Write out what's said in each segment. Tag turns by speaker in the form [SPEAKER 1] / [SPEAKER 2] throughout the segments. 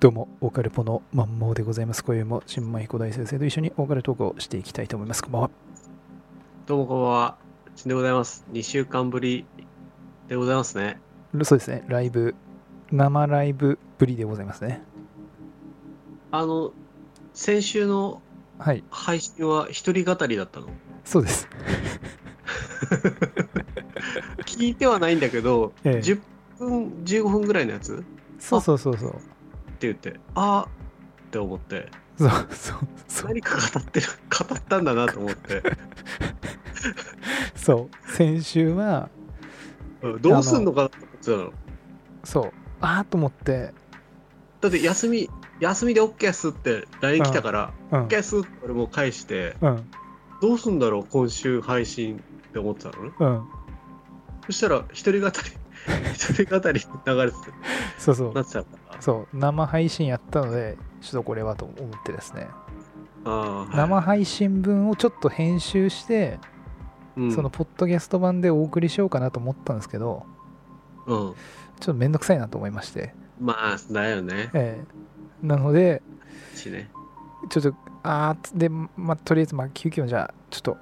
[SPEAKER 1] どうも、オカルポのまんまおでございます。今宵も新米彦大先生と一緒にオカルトークをしていきたいと思います。こんばんは。
[SPEAKER 2] どうもこんばんは。ちんでございます。2週間ぶりでございますね。
[SPEAKER 1] そうですね、ライブ、生ライブぶりでございますね。
[SPEAKER 2] あの、先週の
[SPEAKER 1] はい、
[SPEAKER 2] 配信は一人語りだったの。
[SPEAKER 1] そうです。
[SPEAKER 2] 聞いてはないんだけど、
[SPEAKER 1] ええ
[SPEAKER 2] 10分、15分ぐらいのやつっ
[SPEAKER 1] そうそうそうそう。
[SPEAKER 2] て言って、あーって思って、
[SPEAKER 1] そうそうそう
[SPEAKER 2] 何か語ってる、語ったんだなと 思って、
[SPEAKER 1] そう。先週は、
[SPEAKER 2] うんどうすんのかなと思ってたの。
[SPEAKER 1] そう、あーと思って、
[SPEAKER 2] だって休み、休みで OK っすって LINE 来たから、
[SPEAKER 1] うん、
[SPEAKER 2] OK っすって俺も返して、
[SPEAKER 1] うん、
[SPEAKER 2] どうすんだろう、今週配信って思ってたのね。
[SPEAKER 1] うん。
[SPEAKER 2] そしたら、一 人語り、一人語り流れてて。
[SPEAKER 1] そうそう
[SPEAKER 2] な。っちゃったな
[SPEAKER 1] そう、生配信やったので、ちょっとこれはと思ってですね、
[SPEAKER 2] あー
[SPEAKER 1] 生
[SPEAKER 2] は
[SPEAKER 1] 配信分をちょっと編集して、
[SPEAKER 2] いうん
[SPEAKER 1] そのポッドキャスト版でお送りしようかなと思ったんですけど、
[SPEAKER 2] うん
[SPEAKER 1] ちょっとめんどくさいなと思いまして、
[SPEAKER 2] まあだよね
[SPEAKER 1] ええなので、
[SPEAKER 2] しね
[SPEAKER 1] ちょっと、あーつで、まあ、とりあえず、まあ、休憩をじゃあ、ちょっと、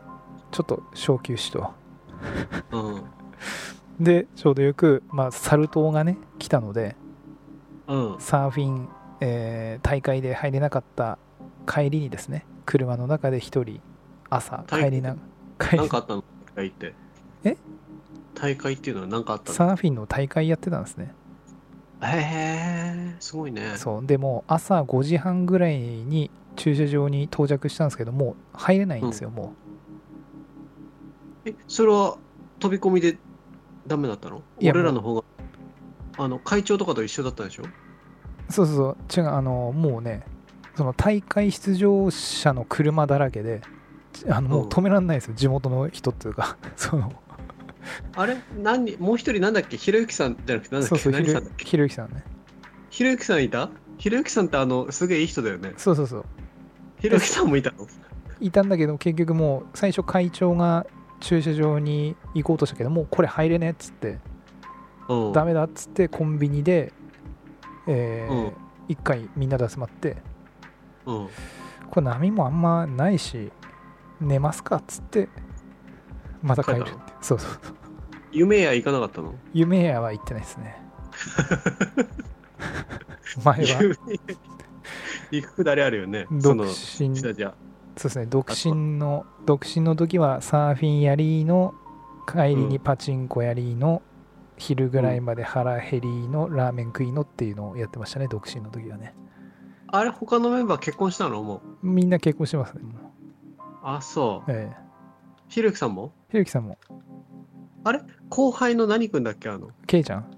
[SPEAKER 1] ちょっと小休止と。
[SPEAKER 2] うん
[SPEAKER 1] で、ちょうどよく、まあ、サル痘がね、来たので、
[SPEAKER 2] うん
[SPEAKER 1] サーフィン、えー大会で入れなかった帰りにですね、車の中で一人、朝、
[SPEAKER 2] 大
[SPEAKER 1] 帰
[SPEAKER 2] 会
[SPEAKER 1] りな、帰
[SPEAKER 2] 何
[SPEAKER 1] り
[SPEAKER 2] かあったの大会って
[SPEAKER 1] え
[SPEAKER 2] 大会っていうのは何かあった
[SPEAKER 1] サーフィンの大会やってたんですね。
[SPEAKER 2] のへえすごいね
[SPEAKER 1] そうでもう朝5時半ぐらいに駐車場に到着したんですけどもう入れないんですよ、も
[SPEAKER 2] えそれは飛び込みでダメだったの
[SPEAKER 1] いや
[SPEAKER 2] 俺らの方があの会長とかと一緒だったでしょ
[SPEAKER 1] うそうそうそう違うあのもうねその大会出場者の車だらけでちあのもう
[SPEAKER 2] うん
[SPEAKER 1] 止めらんないですよ、地元の人っていうか その
[SPEAKER 2] あれ何人もう一人なんだっけひろゆきさんじゃなくてなんだっ
[SPEAKER 1] そ
[SPEAKER 2] け
[SPEAKER 1] うそうひ
[SPEAKER 2] 何さ
[SPEAKER 1] ろ
[SPEAKER 2] んだっけ
[SPEAKER 1] ひろゆきさんね
[SPEAKER 2] ひろゆきさんいたひろゆきさんってあのすげえいい人だよね
[SPEAKER 1] そうそうそう
[SPEAKER 2] ひろゆきさんもいたの
[SPEAKER 1] いたんだけど結局もう最初会長が駐車場に行こうとしたけどもうこれ入れねえっつって
[SPEAKER 2] うん
[SPEAKER 1] ダメだっつってコンビニで、えー
[SPEAKER 2] うん
[SPEAKER 1] 一回みんなで集まって
[SPEAKER 2] うん
[SPEAKER 1] これ波もあんまないし寝ますかっつってまた帰るってい
[SPEAKER 2] 帰っ
[SPEAKER 1] う
[SPEAKER 2] たの
[SPEAKER 1] そうそうそう
[SPEAKER 2] 夢屋行かなかったの
[SPEAKER 1] 夢屋は行ってないです ね前は
[SPEAKER 2] 夢 行くくだりあるよね。そ
[SPEAKER 1] 独
[SPEAKER 2] の
[SPEAKER 1] 身
[SPEAKER 2] じ
[SPEAKER 1] そ
[SPEAKER 2] ゃ
[SPEAKER 1] う
[SPEAKER 2] じゃ
[SPEAKER 1] ですね独身の独身の時はサーフィンやりーの帰りにパチンコやりーの、昼ぐらいまで腹減りーのラーメン食いのっていうのをやってましたね独身の時はね
[SPEAKER 2] あれ他のメンバー結婚したのもう。
[SPEAKER 1] みんな結婚してますねもう
[SPEAKER 2] あそう。
[SPEAKER 1] ええ
[SPEAKER 2] ひろゆきさんも
[SPEAKER 1] ひろゆきさんも
[SPEAKER 2] 後輩の何君だっけあの
[SPEAKER 1] ケイちゃん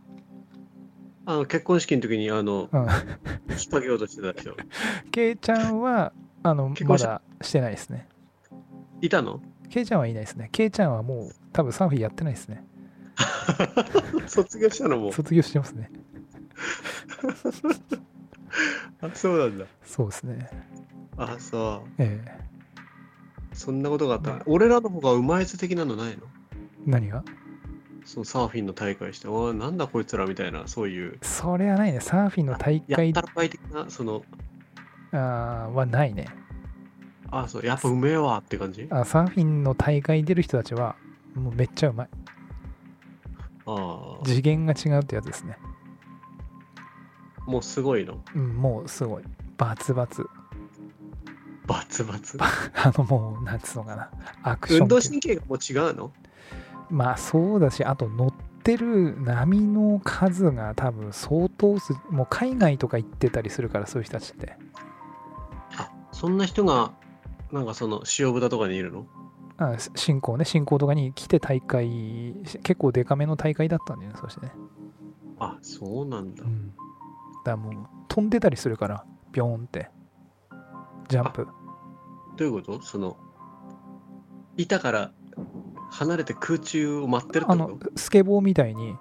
[SPEAKER 2] あの結婚式の時にあの
[SPEAKER 1] うん
[SPEAKER 2] 引っ掛けようとしてた人
[SPEAKER 1] ケイちゃんは、あの、
[SPEAKER 2] 結
[SPEAKER 1] ま
[SPEAKER 2] 婚した
[SPEAKER 1] だしてないですね。
[SPEAKER 2] いたの
[SPEAKER 1] ケイちゃんはいないですね。ケイちゃんはもう、多分サーフィンやってないですね。
[SPEAKER 2] 卒業したのも
[SPEAKER 1] 卒業してますね。
[SPEAKER 2] あそうなんだ
[SPEAKER 1] そうですね。
[SPEAKER 2] あそ
[SPEAKER 1] ええ
[SPEAKER 2] うそんなことがあった、
[SPEAKER 1] うん
[SPEAKER 2] 俺らの方がうまいつ的なのないの
[SPEAKER 1] 何が
[SPEAKER 2] そのサーフィンの大会しておいなんだこいつらみたいなそういう
[SPEAKER 1] それはないね。サーフィンの大
[SPEAKER 2] や
[SPEAKER 1] 会
[SPEAKER 2] ったらばい的なその
[SPEAKER 1] あーはないね
[SPEAKER 2] あそうやっぱうめえわって感じあ
[SPEAKER 1] あ。サーフィンの大会出る人たちは、もうめっちゃうまい。
[SPEAKER 2] あ
[SPEAKER 1] 次元が違うってやつですね。
[SPEAKER 2] もうすごいの
[SPEAKER 1] うん、もうすごい。バツバツ。
[SPEAKER 2] バツバツ
[SPEAKER 1] あの、もう、なんつうのかな。アクション
[SPEAKER 2] 運動
[SPEAKER 1] っていう
[SPEAKER 2] 神経がもう違うの
[SPEAKER 1] まあそうだし、あと乗ってる波の数が多分相当す、もう海外とか行ってたりするから、そういう人たちって。
[SPEAKER 2] そんな人がなんかその塩豚とかにいるの
[SPEAKER 1] あし新興ね、新興とかに来て大会、し結構デカめの大会だったんだよね、そしてね。
[SPEAKER 2] あそうなんだ
[SPEAKER 1] うん。だからもう飛んでたりするから、ビョーンって。ジャンプ。
[SPEAKER 2] どういうことその板から離れて空中を待ってるっ
[SPEAKER 1] あ
[SPEAKER 2] てこ
[SPEAKER 1] の
[SPEAKER 2] と、
[SPEAKER 1] スケボーみたいに、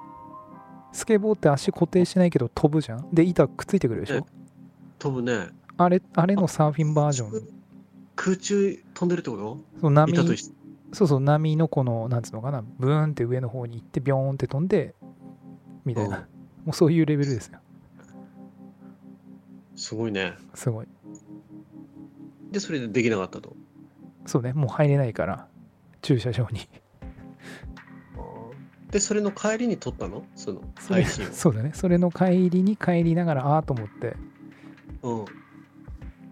[SPEAKER 1] スケボーって足固定しないけど飛ぶじゃんで、板くっついてくるでし
[SPEAKER 2] う
[SPEAKER 1] ょ
[SPEAKER 2] ん飛ぶね
[SPEAKER 1] あれ、あれのサーフィンバージョ
[SPEAKER 2] 空
[SPEAKER 1] ン。
[SPEAKER 2] 空中飛んでるってこ
[SPEAKER 1] その
[SPEAKER 2] と
[SPEAKER 1] 波
[SPEAKER 2] 板と一緒
[SPEAKER 1] そうそう波のこのなんつうのかなブーンって上の方に行ってビョーンって飛んでみたいな、
[SPEAKER 2] うん
[SPEAKER 1] もうそういうレベルですよ
[SPEAKER 2] すごいね。
[SPEAKER 1] すごい
[SPEAKER 2] で、それでできなかったと。
[SPEAKER 1] そうねもう入れないから駐車場に
[SPEAKER 2] で、それの帰りに撮ったのその
[SPEAKER 1] それ
[SPEAKER 2] 配信
[SPEAKER 1] そうだねそれの帰りに帰りながらああーと思って
[SPEAKER 2] を。うん。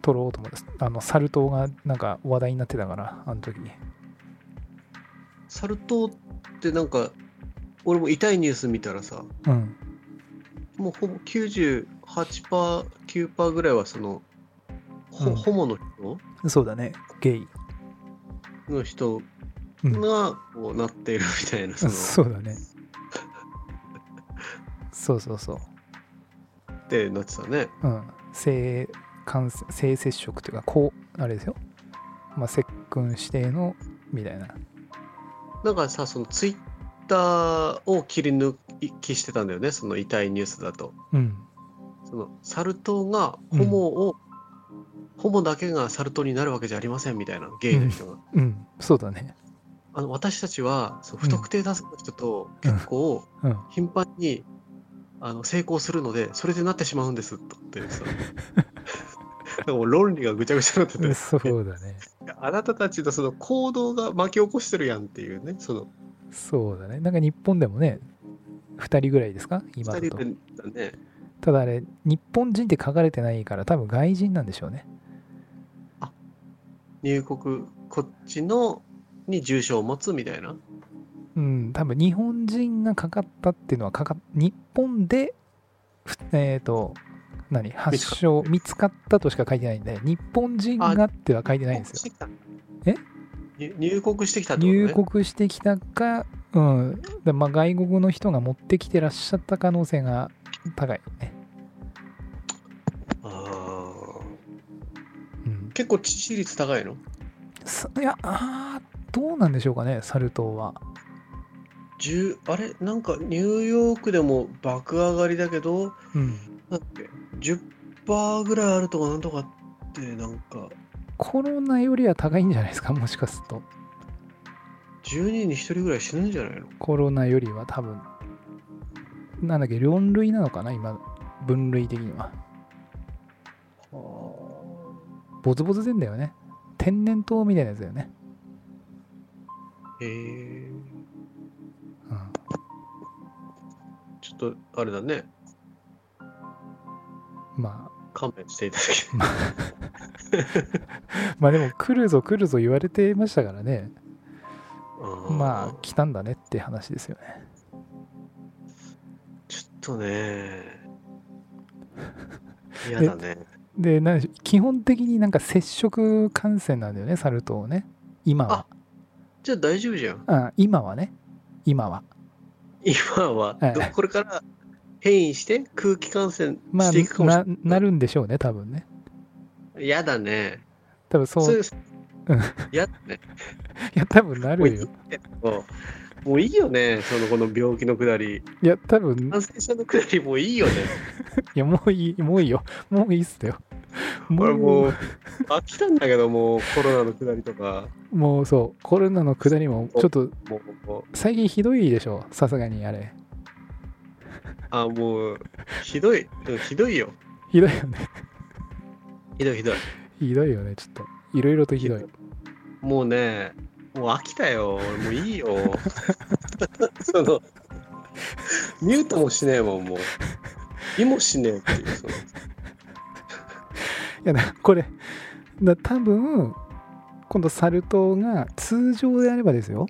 [SPEAKER 1] 撮ろうと思ってあのサル痘がなんか話題になってたからあの時
[SPEAKER 2] サル痘ってなんか、俺も痛いニュース見たらさ、
[SPEAKER 1] うん
[SPEAKER 2] もうほぼ98%、9%ぐらいはその、ほ
[SPEAKER 1] うん
[SPEAKER 2] ホモの人
[SPEAKER 1] そうだねゲイ
[SPEAKER 2] の人
[SPEAKER 1] うん
[SPEAKER 2] がこうなっているみたいな、その
[SPEAKER 1] そうだねそうそうそう
[SPEAKER 2] ってなってたね。
[SPEAKER 1] うん、性感染性接触というかこうあれですよ、まあ、接吻指定のみたいな
[SPEAKER 2] なんかさ、そのツイッターを切り抜きしてたんだよね、その痛いニュースだと。
[SPEAKER 1] うん
[SPEAKER 2] そのサル痘がホモを、ホモだけがサル痘になるわけじゃありませんみたいな、ゲイの人が。
[SPEAKER 1] うんそうだね
[SPEAKER 2] あの私たちはそう不特定多数の人と
[SPEAKER 1] うん
[SPEAKER 2] 結構
[SPEAKER 1] うん
[SPEAKER 2] 頻繁に、あの成功するので、それでなってしまうんですとって さ。なんかもう論理がぐちゃぐちゃになってて、
[SPEAKER 1] そうだね
[SPEAKER 2] あなたたちのその行動が巻き起こしてるやんっていうね、その
[SPEAKER 1] そうだねなんか日本でもね2人ぐらいですか今だ
[SPEAKER 2] 2
[SPEAKER 1] と
[SPEAKER 2] 人でね、
[SPEAKER 1] ただあれ日本人って書かれてないから多分外人なんでしょうね
[SPEAKER 2] 入国こっちのに住所を持つみたいな
[SPEAKER 1] うん多分日本人がかかったっていうのはかか日本でふえっ、と何発症見つかったとしか書いてないんで日本人がっては書いてないんですよ
[SPEAKER 2] 入国してきた
[SPEAKER 1] え
[SPEAKER 2] 入入国してきたってこ
[SPEAKER 1] 入国して
[SPEAKER 2] とね
[SPEAKER 1] きたか、うんでまあ、外国の人が持ってきてらっしゃった可能性が高いね。
[SPEAKER 2] あー
[SPEAKER 1] うん、
[SPEAKER 2] 結構致死率高いの
[SPEAKER 1] さいやあー、どうなんでしょうかね、サル痘は。
[SPEAKER 2] 10あれなんかニューヨークでも爆上がりだけど
[SPEAKER 1] うん、
[SPEAKER 2] なんだっけ10%ぐらいあるとかなんとかってなんか
[SPEAKER 1] コロナよりは高いんじゃないですか、もしかすると。
[SPEAKER 2] 10人に1人ぐらい死ぬんじゃないの
[SPEAKER 1] コロナよりは多分。なんだっけ、4類なのかな、今、分類的には。ボツボツでんだよね。天然痘みたいなやつだよね。
[SPEAKER 2] へえ
[SPEAKER 1] うん、
[SPEAKER 2] ちょっとあれだね
[SPEAKER 1] まあ、
[SPEAKER 2] 勘弁していただき
[SPEAKER 1] まあでも、来るぞ来るぞ言われてましたからね。
[SPEAKER 2] あ
[SPEAKER 1] まあ
[SPEAKER 2] あ、
[SPEAKER 1] 来たんだねって話ですよね。
[SPEAKER 2] ちょ っとね嫌だね
[SPEAKER 1] で、なんでしょう基本的になんか接触感染なんだよね、サル痘ね。今は。
[SPEAKER 2] じゃあ大丈夫じゃん。
[SPEAKER 1] あ今はね。今は。
[SPEAKER 2] 今は、
[SPEAKER 1] ええ
[SPEAKER 2] どこれから変異して空気感染
[SPEAKER 1] ま
[SPEAKER 2] していくか
[SPEAKER 1] あ、
[SPEAKER 2] もしれ
[SPEAKER 1] ななるんでしょうね、多分ね。
[SPEAKER 2] ない。やだね。
[SPEAKER 1] 多分そう。
[SPEAKER 2] そう
[SPEAKER 1] い
[SPEAKER 2] いう
[SPEAKER 1] うん
[SPEAKER 2] やだね。
[SPEAKER 1] や、多分な
[SPEAKER 2] もうい
[SPEAKER 1] る
[SPEAKER 2] い
[SPEAKER 1] よ。
[SPEAKER 2] もうもういいよね、そのこの病気のくだり。
[SPEAKER 1] いや、多分、い
[SPEAKER 2] 感染症のくだりもういいよね。
[SPEAKER 1] や、もういい、もういいよ。もういいっすよ。も
[SPEAKER 2] 俺
[SPEAKER 1] う、
[SPEAKER 2] も
[SPEAKER 1] も
[SPEAKER 2] う飽きたんだけど、もうコロナのくだりとか、
[SPEAKER 1] うそう、コロナの下りも、ちょっと、
[SPEAKER 2] もう、もう
[SPEAKER 1] 最近ひどいでしょ、さすがにあれ。
[SPEAKER 2] あ、もう、ひどい、うんひどいよ。
[SPEAKER 1] ひどいよね。
[SPEAKER 2] ひどいひどい。
[SPEAKER 1] ひどいよね、ちょっと。いろいろとひどい。
[SPEAKER 2] もうね、もう飽きたよ。俺もういいよ。 その、ミュートもしねえもん、もう。意もしねえっていう、そ
[SPEAKER 1] い
[SPEAKER 2] の。
[SPEAKER 1] やだこれだ多分今度サル痘が通常であればですよ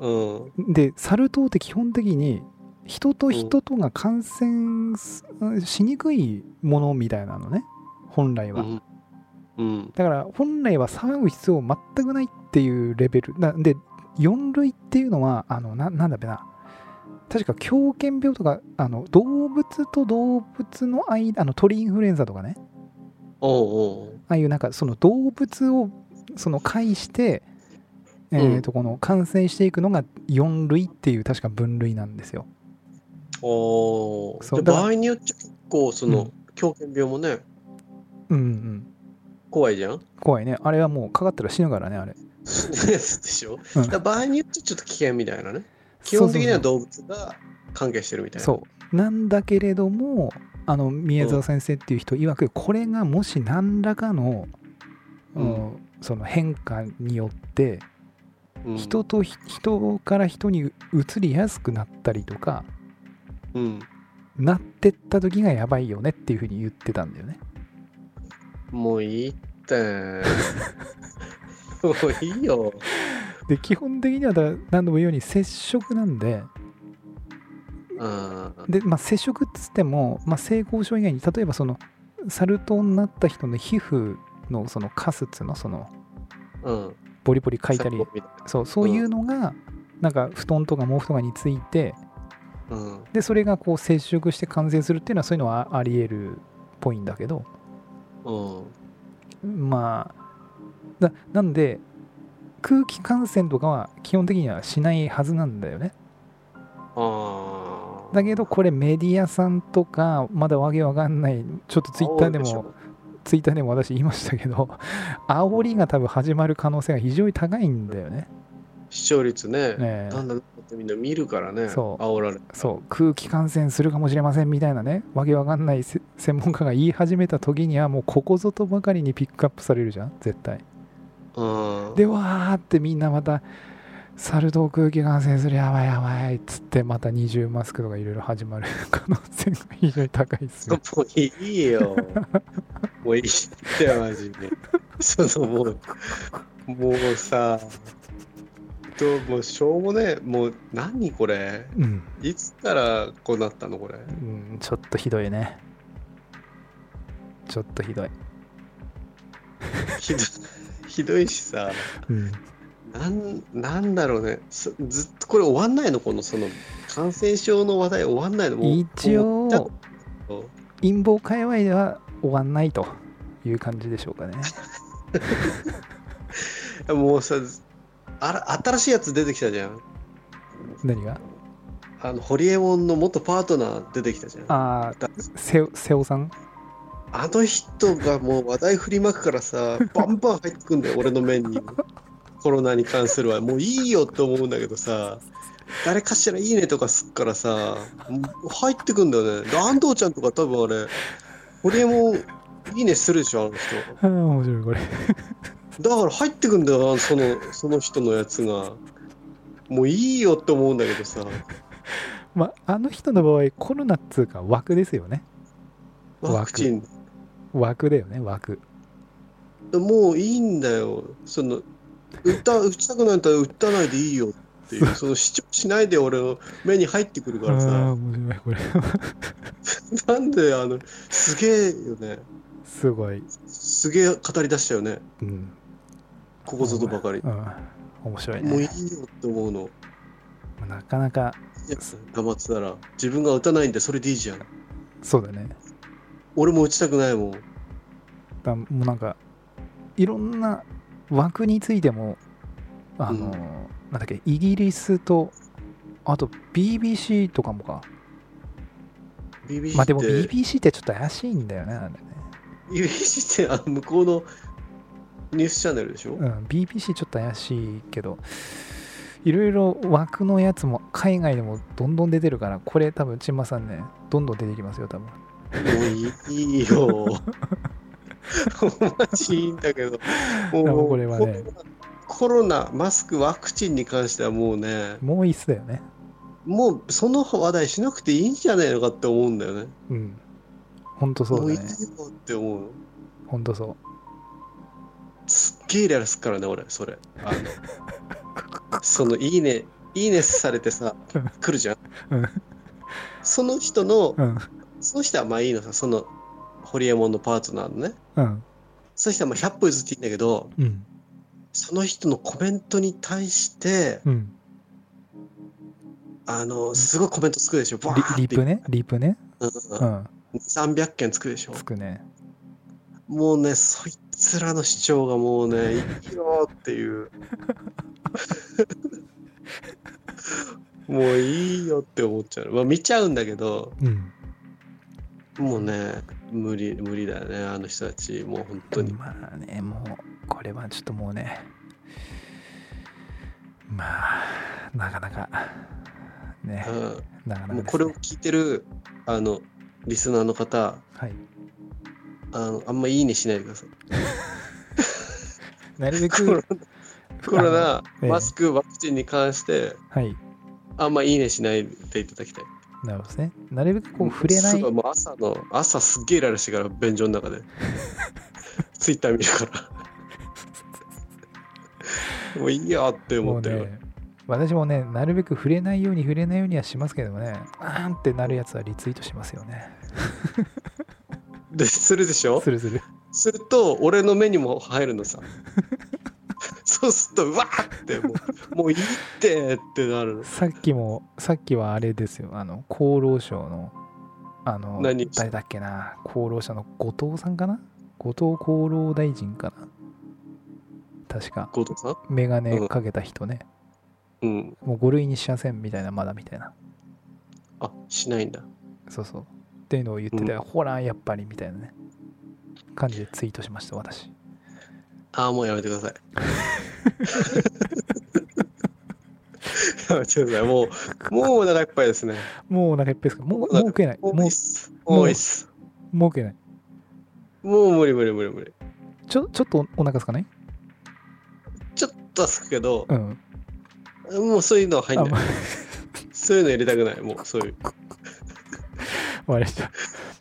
[SPEAKER 2] うん。
[SPEAKER 1] でサル痘って基本的に人と人とが感染すしにくいものみたいなのね本来
[SPEAKER 2] う
[SPEAKER 1] は、
[SPEAKER 2] ん。うん。
[SPEAKER 1] だから本来は騒ぐ必要全くないっていうレベルなで4類っていうのはあのななんだっけな確か狂犬病とかあの動物と動物の間あの鳥インフルエンザとかね
[SPEAKER 2] おうおう。
[SPEAKER 1] ああいうなんかその動物をその介して、えーとこの感染していくのが4類っていう確か分類なんですよ。
[SPEAKER 2] お
[SPEAKER 1] そう
[SPEAKER 2] ーで
[SPEAKER 1] だから
[SPEAKER 2] 場合によっちゃ結構、そうの
[SPEAKER 1] ん、
[SPEAKER 2] 狂犬病もね、
[SPEAKER 1] うんうん。
[SPEAKER 2] 怖いじゃん
[SPEAKER 1] 怖いね。あれはもうかかったら死ぬからね、あれ。
[SPEAKER 2] でしょ
[SPEAKER 1] うん
[SPEAKER 2] だから場合によっちゃちょっと危険みたいなね。基本的には
[SPEAKER 1] そう
[SPEAKER 2] 動物が関係してるみたいな。
[SPEAKER 1] そうそうそうなんだけれども、あの宮沢先生っていう人曰くこれがもし何らかの、
[SPEAKER 2] うん
[SPEAKER 1] うんその変化によって
[SPEAKER 2] うん
[SPEAKER 1] 人とひ人から人に移りやすくなったりとか
[SPEAKER 2] うん
[SPEAKER 1] なってった時がやばいよねっていうふうに言ってたんだよね。
[SPEAKER 2] もういいって もういいよ
[SPEAKER 1] で基本的にはだから何度も言うように接触なんで
[SPEAKER 2] あ
[SPEAKER 1] で、まあ、接触っつっても、まあ、性交渉以外に例えばそのサル痘になった人の皮膚のそのカスツのその
[SPEAKER 2] うん
[SPEAKER 1] ボリボリ書いたり
[SPEAKER 2] サポみたい
[SPEAKER 1] そうそういうのがなんか布団とか毛布とかについて
[SPEAKER 2] なうん
[SPEAKER 1] でそれがこう接触して感染するっていうのはそういうのはありえるっぽいんだけど
[SPEAKER 2] うん
[SPEAKER 1] まあだなんで空気感染とかは基本的にはしないはずなんだよね
[SPEAKER 2] ああ
[SPEAKER 1] だけどこれメディアさんとかまだわけわかんないちょっとツイッターで
[SPEAKER 2] 煽
[SPEAKER 1] も
[SPEAKER 2] る
[SPEAKER 1] ツイッターでも私言いましたけど煽りが多分始まる可能性が非常に高いんだよね。
[SPEAKER 2] でしょ視聴率ね
[SPEAKER 1] ね
[SPEAKER 2] なんだってみんな見るからね
[SPEAKER 1] そう
[SPEAKER 2] 煽られる
[SPEAKER 1] そう空気感染するかもしれませんみたいなねわけわかんないせ専門家が言い始めた時にはもうここぞとばかりにピックアップされるじゃん絶対。
[SPEAKER 2] うん
[SPEAKER 1] でわーってみんなまたサル痘空気感染するやばいやばいっつってまた二重マスクとかいろいろ始まる可能性が非常に高いですね。
[SPEAKER 2] もういい よ。もういいってマジで。そのもう、もうさ、どうもうしょうもねえ、もう何これ
[SPEAKER 1] うん、
[SPEAKER 2] いつからこうなったのこれ。
[SPEAKER 1] うん、ちょっとひどいね。ちょっとひどい。
[SPEAKER 2] ひど ひどいしさ、
[SPEAKER 1] うん、
[SPEAKER 2] なんなんだろうねそずっとこれ終わんないのこのその感染症の話題終わんないのもう
[SPEAKER 1] 一応
[SPEAKER 2] 終わっちゃっ
[SPEAKER 1] 陰謀界隈では終わんないという感じでしょうかね。
[SPEAKER 2] たもうさあら新しいやつ出てきたじゃん。
[SPEAKER 1] 何が
[SPEAKER 2] あのホリエモンの元パートナー出てきたじゃん。
[SPEAKER 1] ああ、
[SPEAKER 2] だ
[SPEAKER 1] 瀬尾瀬尾さん
[SPEAKER 2] あの人がもう話題振りまくからさ、バンバン入ってくんだよ、俺の面に。コロナに関するは、もういいよって思うんだけどさ、誰かしらいいねとかすっからさ、もう入ってくんだよね。で安藤ちゃんとか多分あれ、堀江もいいねするでしょ、あの人。
[SPEAKER 1] ああ、面白いこれ。
[SPEAKER 2] だから入ってくんだよ、そのその人のやつが。もういいよって思うんだけどさ、
[SPEAKER 1] まあ、あの人の場合、コロナっつうか枠ですよね。
[SPEAKER 2] ワクチン。
[SPEAKER 1] 枠だよね、枠。
[SPEAKER 2] もういいんだよ。その打 った打ちたくなったら打たないでいいよっていう、その主張しないで俺の目に入ってくる
[SPEAKER 1] あ
[SPEAKER 2] から
[SPEAKER 1] あ、
[SPEAKER 2] さ、
[SPEAKER 1] 面白いこれ。
[SPEAKER 2] なんであの、すげえよね。
[SPEAKER 1] すごい。
[SPEAKER 2] すげえ語り出したよね。
[SPEAKER 1] うん。
[SPEAKER 2] ここぞとばかり。
[SPEAKER 1] うん。面白い
[SPEAKER 2] もうい
[SPEAKER 1] ね
[SPEAKER 2] いよ。って思うの。
[SPEAKER 1] なかなか、
[SPEAKER 2] いや黙ってたら、自分が打たないんでそれでいいじゃん。
[SPEAKER 1] そうだね。
[SPEAKER 2] 俺も打ちたくないもん。
[SPEAKER 1] だもうなんかいろんな枠についてもあの、
[SPEAKER 2] うん
[SPEAKER 1] なんだっけイギリスとあと BBC とかもか
[SPEAKER 2] BBC って、
[SPEAKER 1] まあでも BBC ってちょっと怪しいんだよねあれね、
[SPEAKER 2] BBC ってあの向こうのニュースチャンネルでしょ、
[SPEAKER 1] うん、BBC ちょっと怪しいけどいろいろ枠のやつも海外でもどんどん出てるからこれ多分ちんまさんねどんどん出てきますよ多分
[SPEAKER 2] もういいいよ。マジいいんだけど。
[SPEAKER 1] でもこれはね
[SPEAKER 2] コロナ、コロナマスク、ワクチンに関してはもうね、
[SPEAKER 1] もういいっすだよね
[SPEAKER 2] もうその話題しなくていいんじゃないのかって思うんだよね。
[SPEAKER 1] うんほんとそ
[SPEAKER 2] も
[SPEAKER 1] う
[SPEAKER 2] ういい
[SPEAKER 1] だ
[SPEAKER 2] よ
[SPEAKER 1] ね
[SPEAKER 2] って思うの。
[SPEAKER 1] ほんとそう
[SPEAKER 2] すっげえイライラすっからね、俺、それ。あ のそのいいね、いいねされてさ
[SPEAKER 1] うん、
[SPEAKER 2] 来るじゃん
[SPEAKER 1] うん。
[SPEAKER 2] その人の
[SPEAKER 1] う、ん
[SPEAKER 2] その人はまあいいのさ、その、ホリエモンのパートナーのね。
[SPEAKER 1] うん
[SPEAKER 2] その人はまあ100歩譲っていいんだけど、
[SPEAKER 1] うん
[SPEAKER 2] その人のコメントに対して、
[SPEAKER 1] うん
[SPEAKER 2] あの、すごいコメントつくでしょ。バー
[SPEAKER 1] リリ
[SPEAKER 2] って、
[SPEAKER 1] プねリプね
[SPEAKER 2] うん
[SPEAKER 1] う、ん
[SPEAKER 2] 300件つくでしょ。
[SPEAKER 1] つくね
[SPEAKER 2] もうね、そいつらの主張がもうね、いいよっていう。もういいよって思っちゃう。まあ見ちゃうんだけど、
[SPEAKER 1] うん
[SPEAKER 2] もうね、無理、無理だよね、あの人たち。もう本当に。
[SPEAKER 1] まあねもうこれはちょっともうねまあなかなかね
[SPEAKER 2] う
[SPEAKER 1] なかなかですね
[SPEAKER 2] ん、もうこれを聞いてる、あの、リスナーの方、
[SPEAKER 1] はい。
[SPEAKER 2] あのあんまいいねしないでください。
[SPEAKER 1] なるべ
[SPEAKER 2] コロ
[SPEAKER 1] く、
[SPEAKER 2] コロナ、
[SPEAKER 1] ええ
[SPEAKER 2] マスク、ワクチンに関して、
[SPEAKER 1] はい。
[SPEAKER 2] あんまいいねしないでいただきたい。
[SPEAKER 1] なるほどですね。なるべくこう触れない
[SPEAKER 2] すご。もう朝の、朝すっげえイライラしてから、便所の 中で。ツイッター見るから。もういいやって思
[SPEAKER 1] もう
[SPEAKER 2] ってる。
[SPEAKER 1] ね、私もね、なるべく触れないように触れないようにはしますけどもね、あーんってなるやつはリツイートしますよね。
[SPEAKER 2] で、するでしょ
[SPEAKER 1] するする。
[SPEAKER 2] すると、俺の目にも入るのさ。そうすると、うわーってもう、もういいってってなるの。
[SPEAKER 1] さっきも、さっきはあれですよ、あの、厚労省の、あの、
[SPEAKER 2] 何
[SPEAKER 1] 誰だっけな、厚労省の後藤さんかな後藤厚労大臣かな確か、
[SPEAKER 2] 後藤さん
[SPEAKER 1] メガネかけた人ね、
[SPEAKER 2] うん。
[SPEAKER 1] もう5類にしませんみたいな、まだみたいな。
[SPEAKER 2] あ、しないんだ。
[SPEAKER 1] そうそう。っていうのを言ってたよ、ほら、やっぱりみたいなね、感じでツイートしました、私。
[SPEAKER 2] ああ、もうやめてください。やめてください。もう、もうお腹いっぱいですね。
[SPEAKER 1] もうお腹いっぱいですから、もうもう食えない。も
[SPEAKER 2] も
[SPEAKER 1] う
[SPEAKER 2] ういいっす。もういいっす。
[SPEAKER 1] もう食えない。
[SPEAKER 2] もう無理無理無理無理。
[SPEAKER 1] ちょちょっとお腹すかない
[SPEAKER 2] ちょっとはすくけど、
[SPEAKER 1] うん。
[SPEAKER 2] もうそういうのは入 ん
[SPEAKER 1] あま
[SPEAKER 2] ない。そういうの入れたくない。もうそういう。
[SPEAKER 1] わかりました。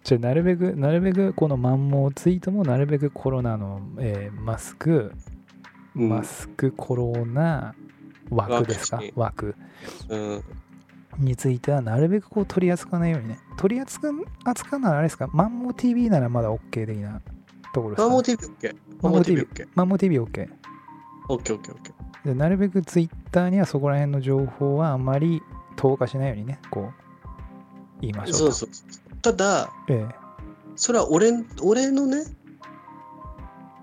[SPEAKER 1] じゃあなるべく、なるべくこのマンモーツイートもなるべくコロナの、えーマスク、
[SPEAKER 2] うん
[SPEAKER 1] マスクコロナ枠ですか
[SPEAKER 2] ワクチ、
[SPEAKER 1] 枠
[SPEAKER 2] うん。
[SPEAKER 1] についてはなるべくこう取り扱わないようにね。取り扱う扱うならあれですか、マンモー TV ならまだ OK 的なところですか、
[SPEAKER 2] マンモー
[SPEAKER 1] ね。
[SPEAKER 2] TV OK。
[SPEAKER 1] マンモー
[SPEAKER 2] マンモー
[SPEAKER 1] TV
[SPEAKER 2] TV OK。
[SPEAKER 1] マンモー TVOK。
[SPEAKER 2] OK OK OK。
[SPEAKER 1] でなるべくツイッターにはそこら辺の情報はあまり投下しないようにね、こう言いましょうと。
[SPEAKER 2] そうそうそう。ただ、
[SPEAKER 1] え
[SPEAKER 2] それは俺ん俺のね、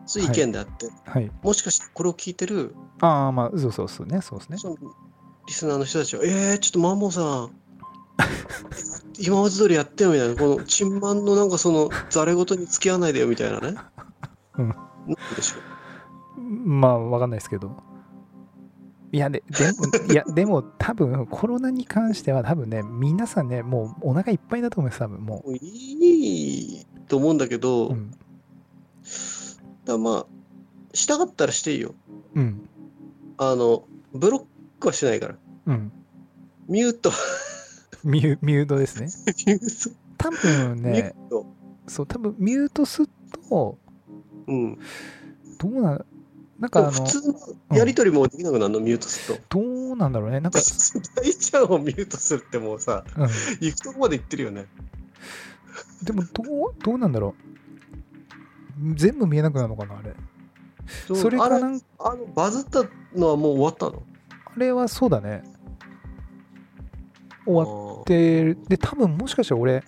[SPEAKER 2] そういう意見であって、
[SPEAKER 1] えはい。
[SPEAKER 2] もしかしてこれを聞いてる、
[SPEAKER 1] ああ、まあ、そうそうそうね、そうですね。
[SPEAKER 2] そのリスナーの人たちは、えー、ちょっとマンモーさん、 今まで通りやってよみたいな、この、チンマンのなんかその、ざれ事に付き合わないでよみたいなね。
[SPEAKER 1] うん
[SPEAKER 2] なんでしょう。
[SPEAKER 1] まあ、わかんないですけど。いや、で、で も、いや、でも、多分、コロナに関しては、多分ね、皆さんね、もうお腹いっぱいだと思います、多分、も
[SPEAKER 2] もういいと思うんだけど、
[SPEAKER 1] う。うん。
[SPEAKER 2] だからまあ、したかったらしていいよ。
[SPEAKER 1] うん。
[SPEAKER 2] あの、ブロックはしないから。
[SPEAKER 1] うん。
[SPEAKER 2] ミュート、
[SPEAKER 1] ミュミュートですね。
[SPEAKER 2] ミュー
[SPEAKER 1] 多分
[SPEAKER 2] ト、ミュ
[SPEAKER 1] ね、
[SPEAKER 2] ート。
[SPEAKER 1] そう、多分、ミュートすると、
[SPEAKER 2] うん。
[SPEAKER 1] どうなん、なん
[SPEAKER 2] で
[SPEAKER 1] か、
[SPEAKER 2] も
[SPEAKER 1] あ
[SPEAKER 2] 普
[SPEAKER 1] の、
[SPEAKER 2] 通のやりとりもできなくなるの、ミュートすると。
[SPEAKER 1] どうなんだろうね、なんか、
[SPEAKER 2] 大ちゃんをミュートするってもうさ、
[SPEAKER 1] うん。
[SPEAKER 2] 行くとこまで行ってるよね。
[SPEAKER 1] でもどう、どうなんだろう。全部見えなくなるのかな、あれ。それか
[SPEAKER 2] あ
[SPEAKER 1] なん
[SPEAKER 2] あのバズったのはもう終わったの
[SPEAKER 1] あれはそうだね。終わってる。で、多分もしかしたら俺、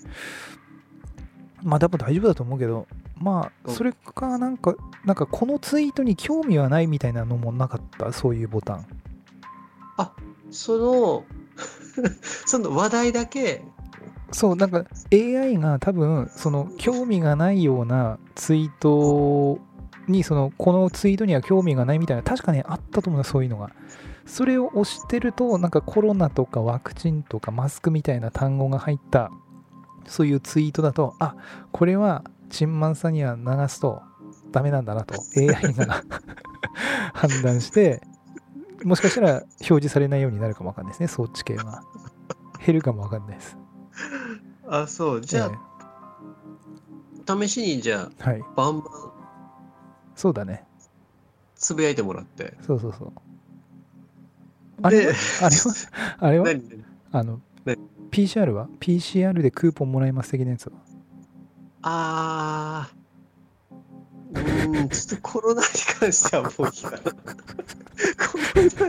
[SPEAKER 1] まあ多分大丈夫だと思うけど、まあ、
[SPEAKER 2] うん
[SPEAKER 1] それかなんか、なんかこのツイートに興味はないみたいなのもなかった、そういうボタン。
[SPEAKER 2] あーその その話題だけ
[SPEAKER 1] そう、なんか AI が多分、その興味がないようなツイートに、その、このツイートには興味がないみたいな、確かね、あったと思うな、そういうのが。それを押してると、なんかコロナとかワクチンとかマスクみたいな単語が入った、そういうツイートだと、あこれは、チンマンさんには流すとダメなんだなと、AI が 判断して、もしかしたら表示されないようになるかもわかんないですね、装置系が。減るかもわかんないです。
[SPEAKER 2] あそうじゃ
[SPEAKER 1] え
[SPEAKER 2] あ、試しにじゃ
[SPEAKER 1] えはい。
[SPEAKER 2] あバンバン
[SPEAKER 1] そうだね。
[SPEAKER 2] つぶやいてもらって
[SPEAKER 1] そうそうそう。あれ
[SPEAKER 2] で
[SPEAKER 1] はあれはあれは
[SPEAKER 2] 何
[SPEAKER 1] あの
[SPEAKER 2] ね、
[SPEAKER 1] PCR は ?PCR でクーポンもらえます的なやつは。
[SPEAKER 2] あーうーんちょっとコロナに関してはもういいかなコロ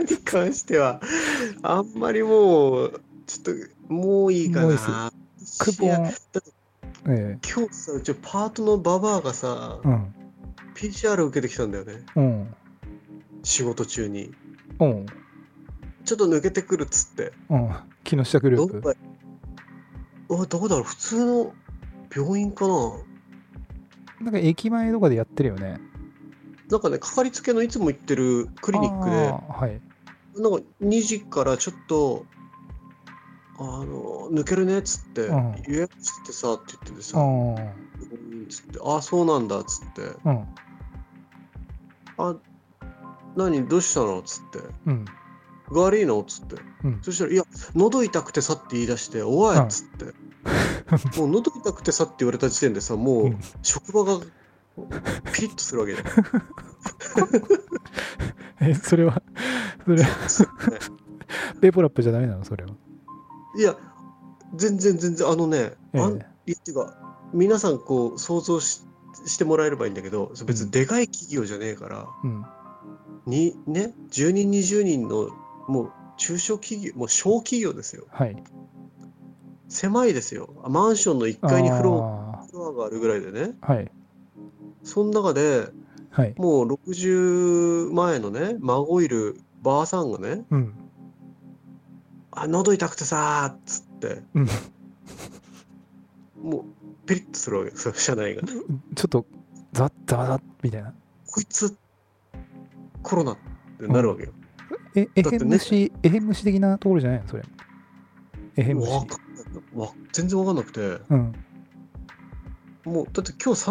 [SPEAKER 2] ナに関してはあんまりもうちょっともういいか
[SPEAKER 1] もういいっす
[SPEAKER 2] な
[SPEAKER 1] クーポ
[SPEAKER 2] いや
[SPEAKER 1] ン。ええ
[SPEAKER 2] 今日さうちパートのババアがさ、
[SPEAKER 1] うん。
[SPEAKER 2] PCR 受けてきたんだよね
[SPEAKER 1] うん。
[SPEAKER 2] 仕事中に
[SPEAKER 1] うん。
[SPEAKER 2] ちょっと抜けてくるっつって
[SPEAKER 1] うん。木下グル
[SPEAKER 2] ど
[SPEAKER 1] ープ。
[SPEAKER 2] っかあどこだろう普通の病院かな
[SPEAKER 1] なんか駅前とかでやってるよね。
[SPEAKER 2] なんかねかかりつけのいつも行ってる
[SPEAKER 1] ク
[SPEAKER 2] クリニックで
[SPEAKER 1] はい。
[SPEAKER 2] なんか2時からちょっとあの抜けるねっつって、
[SPEAKER 1] うん
[SPEAKER 2] 予約つってさって言ってて
[SPEAKER 1] う
[SPEAKER 2] さ、
[SPEAKER 1] ん
[SPEAKER 2] うんつってああそうなんだっつって
[SPEAKER 1] うん
[SPEAKER 2] あ何どうしたのっつって
[SPEAKER 1] うん
[SPEAKER 2] 具合悪いのっつって、
[SPEAKER 1] うん
[SPEAKER 2] そしたら「いや喉痛くてさ」って言い出して「おい」
[SPEAKER 1] うん
[SPEAKER 2] っつって、もう喉痛くてさって言われた時点でさも
[SPEAKER 1] う
[SPEAKER 2] うん職場がピリッとするわけじゃん
[SPEAKER 1] えそれは それはペーポラップじゃダメなのそれは、
[SPEAKER 2] いや全然全然あのね、
[SPEAKER 1] ええ
[SPEAKER 2] あんいやっていうか皆さんこう想像ししてもらえればいいんだけどそれ別にでかい企業じゃねえから、
[SPEAKER 1] うん
[SPEAKER 2] にね10人20人のもう中小企業もう小企業ですよ
[SPEAKER 1] はい
[SPEAKER 2] 狭いですよあマンションの1階にフロ
[SPEAKER 1] あ
[SPEAKER 2] アフロアがあるぐらいでね
[SPEAKER 1] ーはい
[SPEAKER 2] その中で
[SPEAKER 1] はい
[SPEAKER 2] もう60前のね孫いるばあさんがね
[SPEAKER 1] うん
[SPEAKER 2] 「あ喉痛くてさ」っつって、
[SPEAKER 1] うん
[SPEAKER 2] もうピリッとするわけですよ社内が。
[SPEAKER 1] ちょっとザッザワザッみたいな
[SPEAKER 2] こいつコロナってなるわけよ。
[SPEAKER 1] ええ
[SPEAKER 2] だっ
[SPEAKER 1] へ
[SPEAKER 2] てね
[SPEAKER 1] ん虫えへん虫的なところじゃないのそれえへん虫
[SPEAKER 2] わかんないわ全然わかんなくて。
[SPEAKER 1] うん
[SPEAKER 2] もうだって今日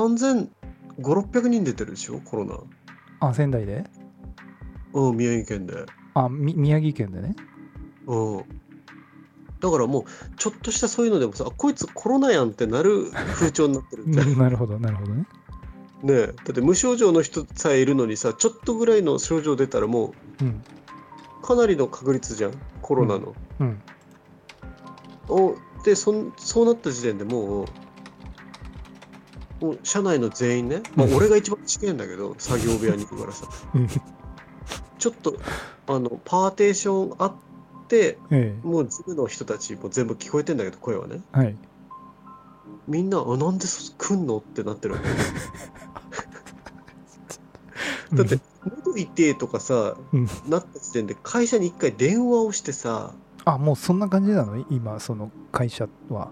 [SPEAKER 2] 3500600人出てるでしょコロナ
[SPEAKER 1] あ仙台で
[SPEAKER 2] うん宮城県で
[SPEAKER 1] あみ宮城県で ね
[SPEAKER 2] うんだからもうちょっとしたそういうのでもさあこいつコロナやんってなる風潮になってる
[SPEAKER 1] う
[SPEAKER 2] ね
[SPEAKER 1] んなるほどなるほどね
[SPEAKER 2] えだって無症状の人さえいるのにさちょっとぐらいの症状出たらも
[SPEAKER 1] うん
[SPEAKER 2] うかなりの確率じゃんコロナの、
[SPEAKER 1] うん
[SPEAKER 2] おでそんそうなった時点でもうもう社内の全員ね、まあ、俺が一番近いんだけど作業部屋に行くからさ
[SPEAKER 1] うん
[SPEAKER 2] ちょっとあのパーテーションあって
[SPEAKER 1] え
[SPEAKER 2] もうズムの人たちも全部聞こえてんだけど声はね
[SPEAKER 1] えはい
[SPEAKER 2] みんなあなんでそ来んのってなってるわけだって喉痛えとかさ、
[SPEAKER 1] うん
[SPEAKER 2] なった時点で会社に一回電話をしてさ
[SPEAKER 1] あもうそんな感じなの今その会社は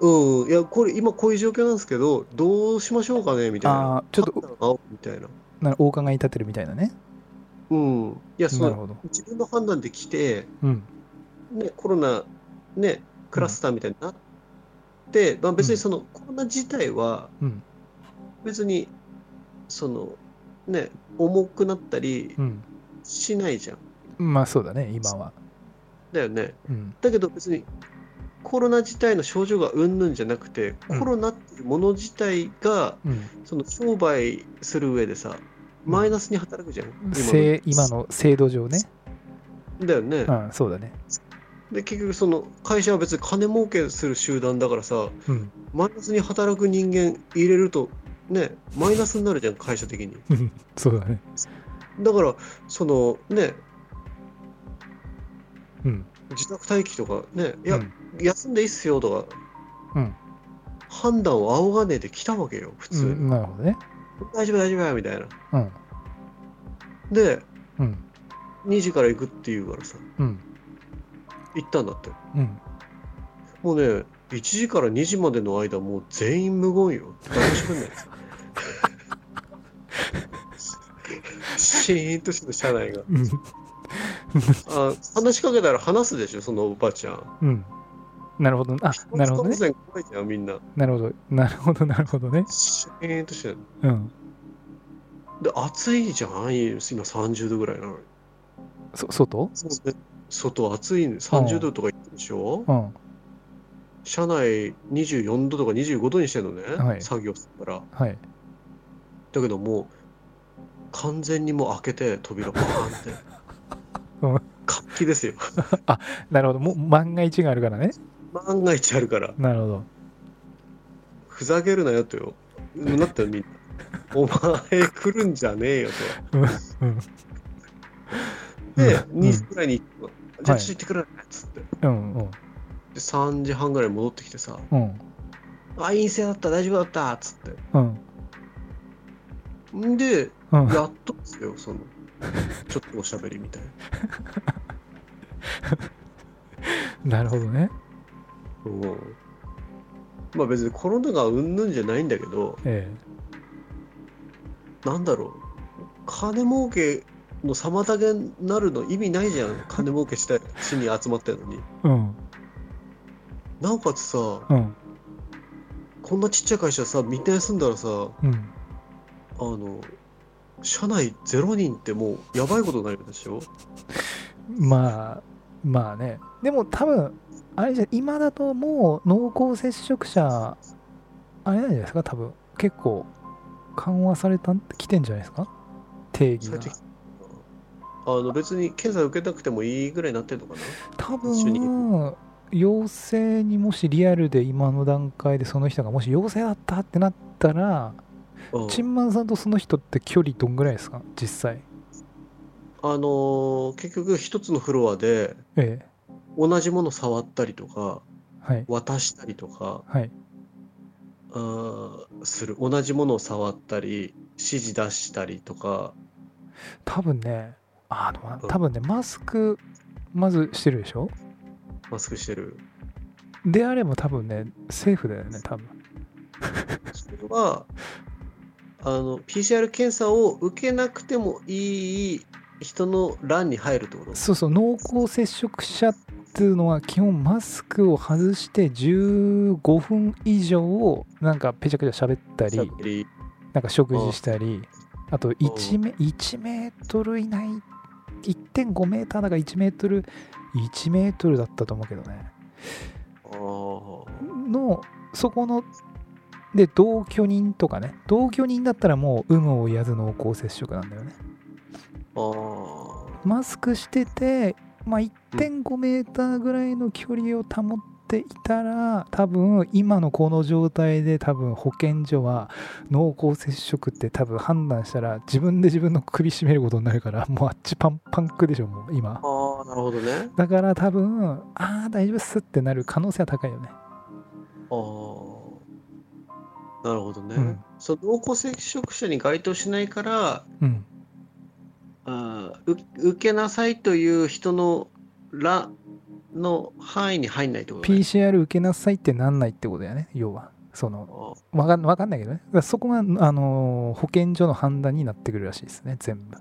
[SPEAKER 2] うんいやこれ今こういう状況なんですけどどうしましょうかねみたいな
[SPEAKER 1] あーちょっと
[SPEAKER 2] あたら会おうみたいな
[SPEAKER 1] なお伺い立てるみたいなね
[SPEAKER 2] うんいやそ
[SPEAKER 1] なる
[SPEAKER 2] う
[SPEAKER 1] ほど
[SPEAKER 2] 自分の判断で来て
[SPEAKER 1] うん
[SPEAKER 2] ね、コロナ、ね、クラスターみたいになって、まあ、別にそのコロナ自体は
[SPEAKER 1] うん
[SPEAKER 2] 別にその、ね、重くなったり
[SPEAKER 1] うん
[SPEAKER 2] しないじゃん。
[SPEAKER 1] まあそうだね今は
[SPEAKER 2] だよね。
[SPEAKER 1] うん
[SPEAKER 2] だけど別にコロナ自体の症状がうんぬんじゃなくて
[SPEAKER 1] うん
[SPEAKER 2] コロナっていうもの自体が
[SPEAKER 1] うん
[SPEAKER 2] その商売する上でさマイナスに働くじゃん。
[SPEAKER 1] せい今の制度上ね
[SPEAKER 2] だよね。
[SPEAKER 1] うんそうだね
[SPEAKER 2] で結局その会社は別に金儲けする集団だからさ、
[SPEAKER 1] うん
[SPEAKER 2] マイナスに働く人間入れるとねマイナスになるじゃん会社的に
[SPEAKER 1] うんそうだね
[SPEAKER 2] だからそのね
[SPEAKER 1] うん
[SPEAKER 2] 自宅待機とかねいうや、
[SPEAKER 1] ん
[SPEAKER 2] 休んでいいっすよとか、
[SPEAKER 1] うん
[SPEAKER 2] 判断を仰がねえで来たわけよ
[SPEAKER 1] う
[SPEAKER 2] 普通に、
[SPEAKER 1] んなるほどね
[SPEAKER 2] 大丈夫大丈夫やみたいな
[SPEAKER 1] うん
[SPEAKER 2] で
[SPEAKER 1] うん
[SPEAKER 2] 2時から行くって言うからさ
[SPEAKER 1] うん
[SPEAKER 2] 行ったんだって
[SPEAKER 1] うん
[SPEAKER 2] もうね1時から2時までの間もう全員無言よ誰もしゃべんないシーンとしてた車内が
[SPEAKER 1] うん
[SPEAKER 2] あ話しかけたら話すでしょそのおばちゃん。
[SPEAKER 1] うんなるほどあなるほどね
[SPEAKER 2] ね。怖いじゃんみんな。
[SPEAKER 1] なるほどなるほどなるほどね
[SPEAKER 2] シーンとしてる。
[SPEAKER 1] うん
[SPEAKER 2] で暑いじゃん今30度ぐらいなのに。
[SPEAKER 1] そ外
[SPEAKER 2] そうね外暑いね30度とか言ってるでしょ、
[SPEAKER 1] うん
[SPEAKER 2] 車内24度とか25度にしてるのね、
[SPEAKER 1] はい
[SPEAKER 2] 作業するから。
[SPEAKER 1] はい
[SPEAKER 2] だけどもう完全にもう開けて扉バー ンって
[SPEAKER 1] うん。
[SPEAKER 2] 活気ですよ。
[SPEAKER 1] なるほどもう万が一があるからね
[SPEAKER 2] 万が一あるから。
[SPEAKER 1] なるほど
[SPEAKER 2] ふざけるなよとよ。なったよ、みんな。お前来るんじゃねえよと。
[SPEAKER 1] うん
[SPEAKER 2] で、
[SPEAKER 1] うん
[SPEAKER 2] 2時くらいに行くじゃあ
[SPEAKER 1] はい
[SPEAKER 2] ちょっと行ってくるねっつって。で、
[SPEAKER 1] うんうん
[SPEAKER 2] 3時半ぐらいに戻ってきてさ、
[SPEAKER 1] うん
[SPEAKER 2] あ、陰性だった、大丈夫だったっつっ
[SPEAKER 1] うん
[SPEAKER 2] て。んで、
[SPEAKER 1] うん
[SPEAKER 2] やっとですよ、その、ちょっとおしゃべりみたいな。
[SPEAKER 1] なるほどね
[SPEAKER 2] うんまあ別にコロナがうんぬんじゃないんだけど、
[SPEAKER 1] え
[SPEAKER 2] なんだろう、金儲けの妨げになるの意味ないじゃん、金儲けしたしに集まってるのに。
[SPEAKER 1] えうん
[SPEAKER 2] なおかつさ
[SPEAKER 1] うん
[SPEAKER 2] こんなちっちゃい会社さみんな休んだらさあ
[SPEAKER 1] うん
[SPEAKER 2] の社内0人ってもうやばいことになるでしょ
[SPEAKER 1] まあまあねでも多分あれじゃ今だともう濃厚接触者あれなんじゃないですか多分結構緩和されたきてんじゃないですか定義
[SPEAKER 2] そうや
[SPEAKER 1] が
[SPEAKER 2] ってあの別に検査受けなくてもいいぐらいになってるのかな
[SPEAKER 1] 多
[SPEAKER 2] 一緒に
[SPEAKER 1] 分陽性にもしリアルで今の段階でその人がもし陽性だったってなったら
[SPEAKER 2] うん
[SPEAKER 1] チンマンさんとその人って距離どんぐらいですか実際
[SPEAKER 2] あのー結局一つのフロアで
[SPEAKER 1] ええ
[SPEAKER 2] 同じもの触ったりとか
[SPEAKER 1] はい
[SPEAKER 2] 渡したりとか
[SPEAKER 1] はい
[SPEAKER 2] あーする同じものを触ったり指示出したりとか
[SPEAKER 1] 多分ねあの
[SPEAKER 2] うん
[SPEAKER 1] 多分ねマスクまずしてるでしょ
[SPEAKER 2] マスクしてる
[SPEAKER 1] であれば多分ねセーフだよね多分
[SPEAKER 2] それはあの PCR 検査を受けなくてもいい人の欄に入るってこと
[SPEAKER 1] そうそう濃厚接触者っていうのは基本マスクを外して15分以上なんかぺちゃくちゃ喋ったり
[SPEAKER 2] り
[SPEAKER 1] なんか食事したり、あと1メ ,1 メートル以内、1.5メーターだから1メートル、1メートルだったと思うけどね。
[SPEAKER 2] あー
[SPEAKER 1] の、そこの、で、同居人とかね、同居人だったらもう有無を言わず濃厚接触なんだよね。
[SPEAKER 2] あー
[SPEAKER 1] マスクしてて、まあ、1.5メーターぐらいの距離を保っていたら多分今のこの状態で多分保健所は濃厚接触って多分判断したら自分で自分の首絞めることになるからもうあっちパンパンクでしょもう今
[SPEAKER 2] あーなるほどね
[SPEAKER 1] だから多分ああ大丈夫っすってなる可能性は高いよね
[SPEAKER 2] あーなるほどね、
[SPEAKER 1] うん
[SPEAKER 2] その濃厚接触者に該当しないから
[SPEAKER 1] うん
[SPEAKER 2] あーう受けなさいという人のらの範囲に入んないってことね。
[SPEAKER 1] PCR 受けなさいってなんないってことだよね要はその
[SPEAKER 2] あー
[SPEAKER 1] わかんわかんないけどねだからそこが、あのー保健所の判断になってくるらしいですね全部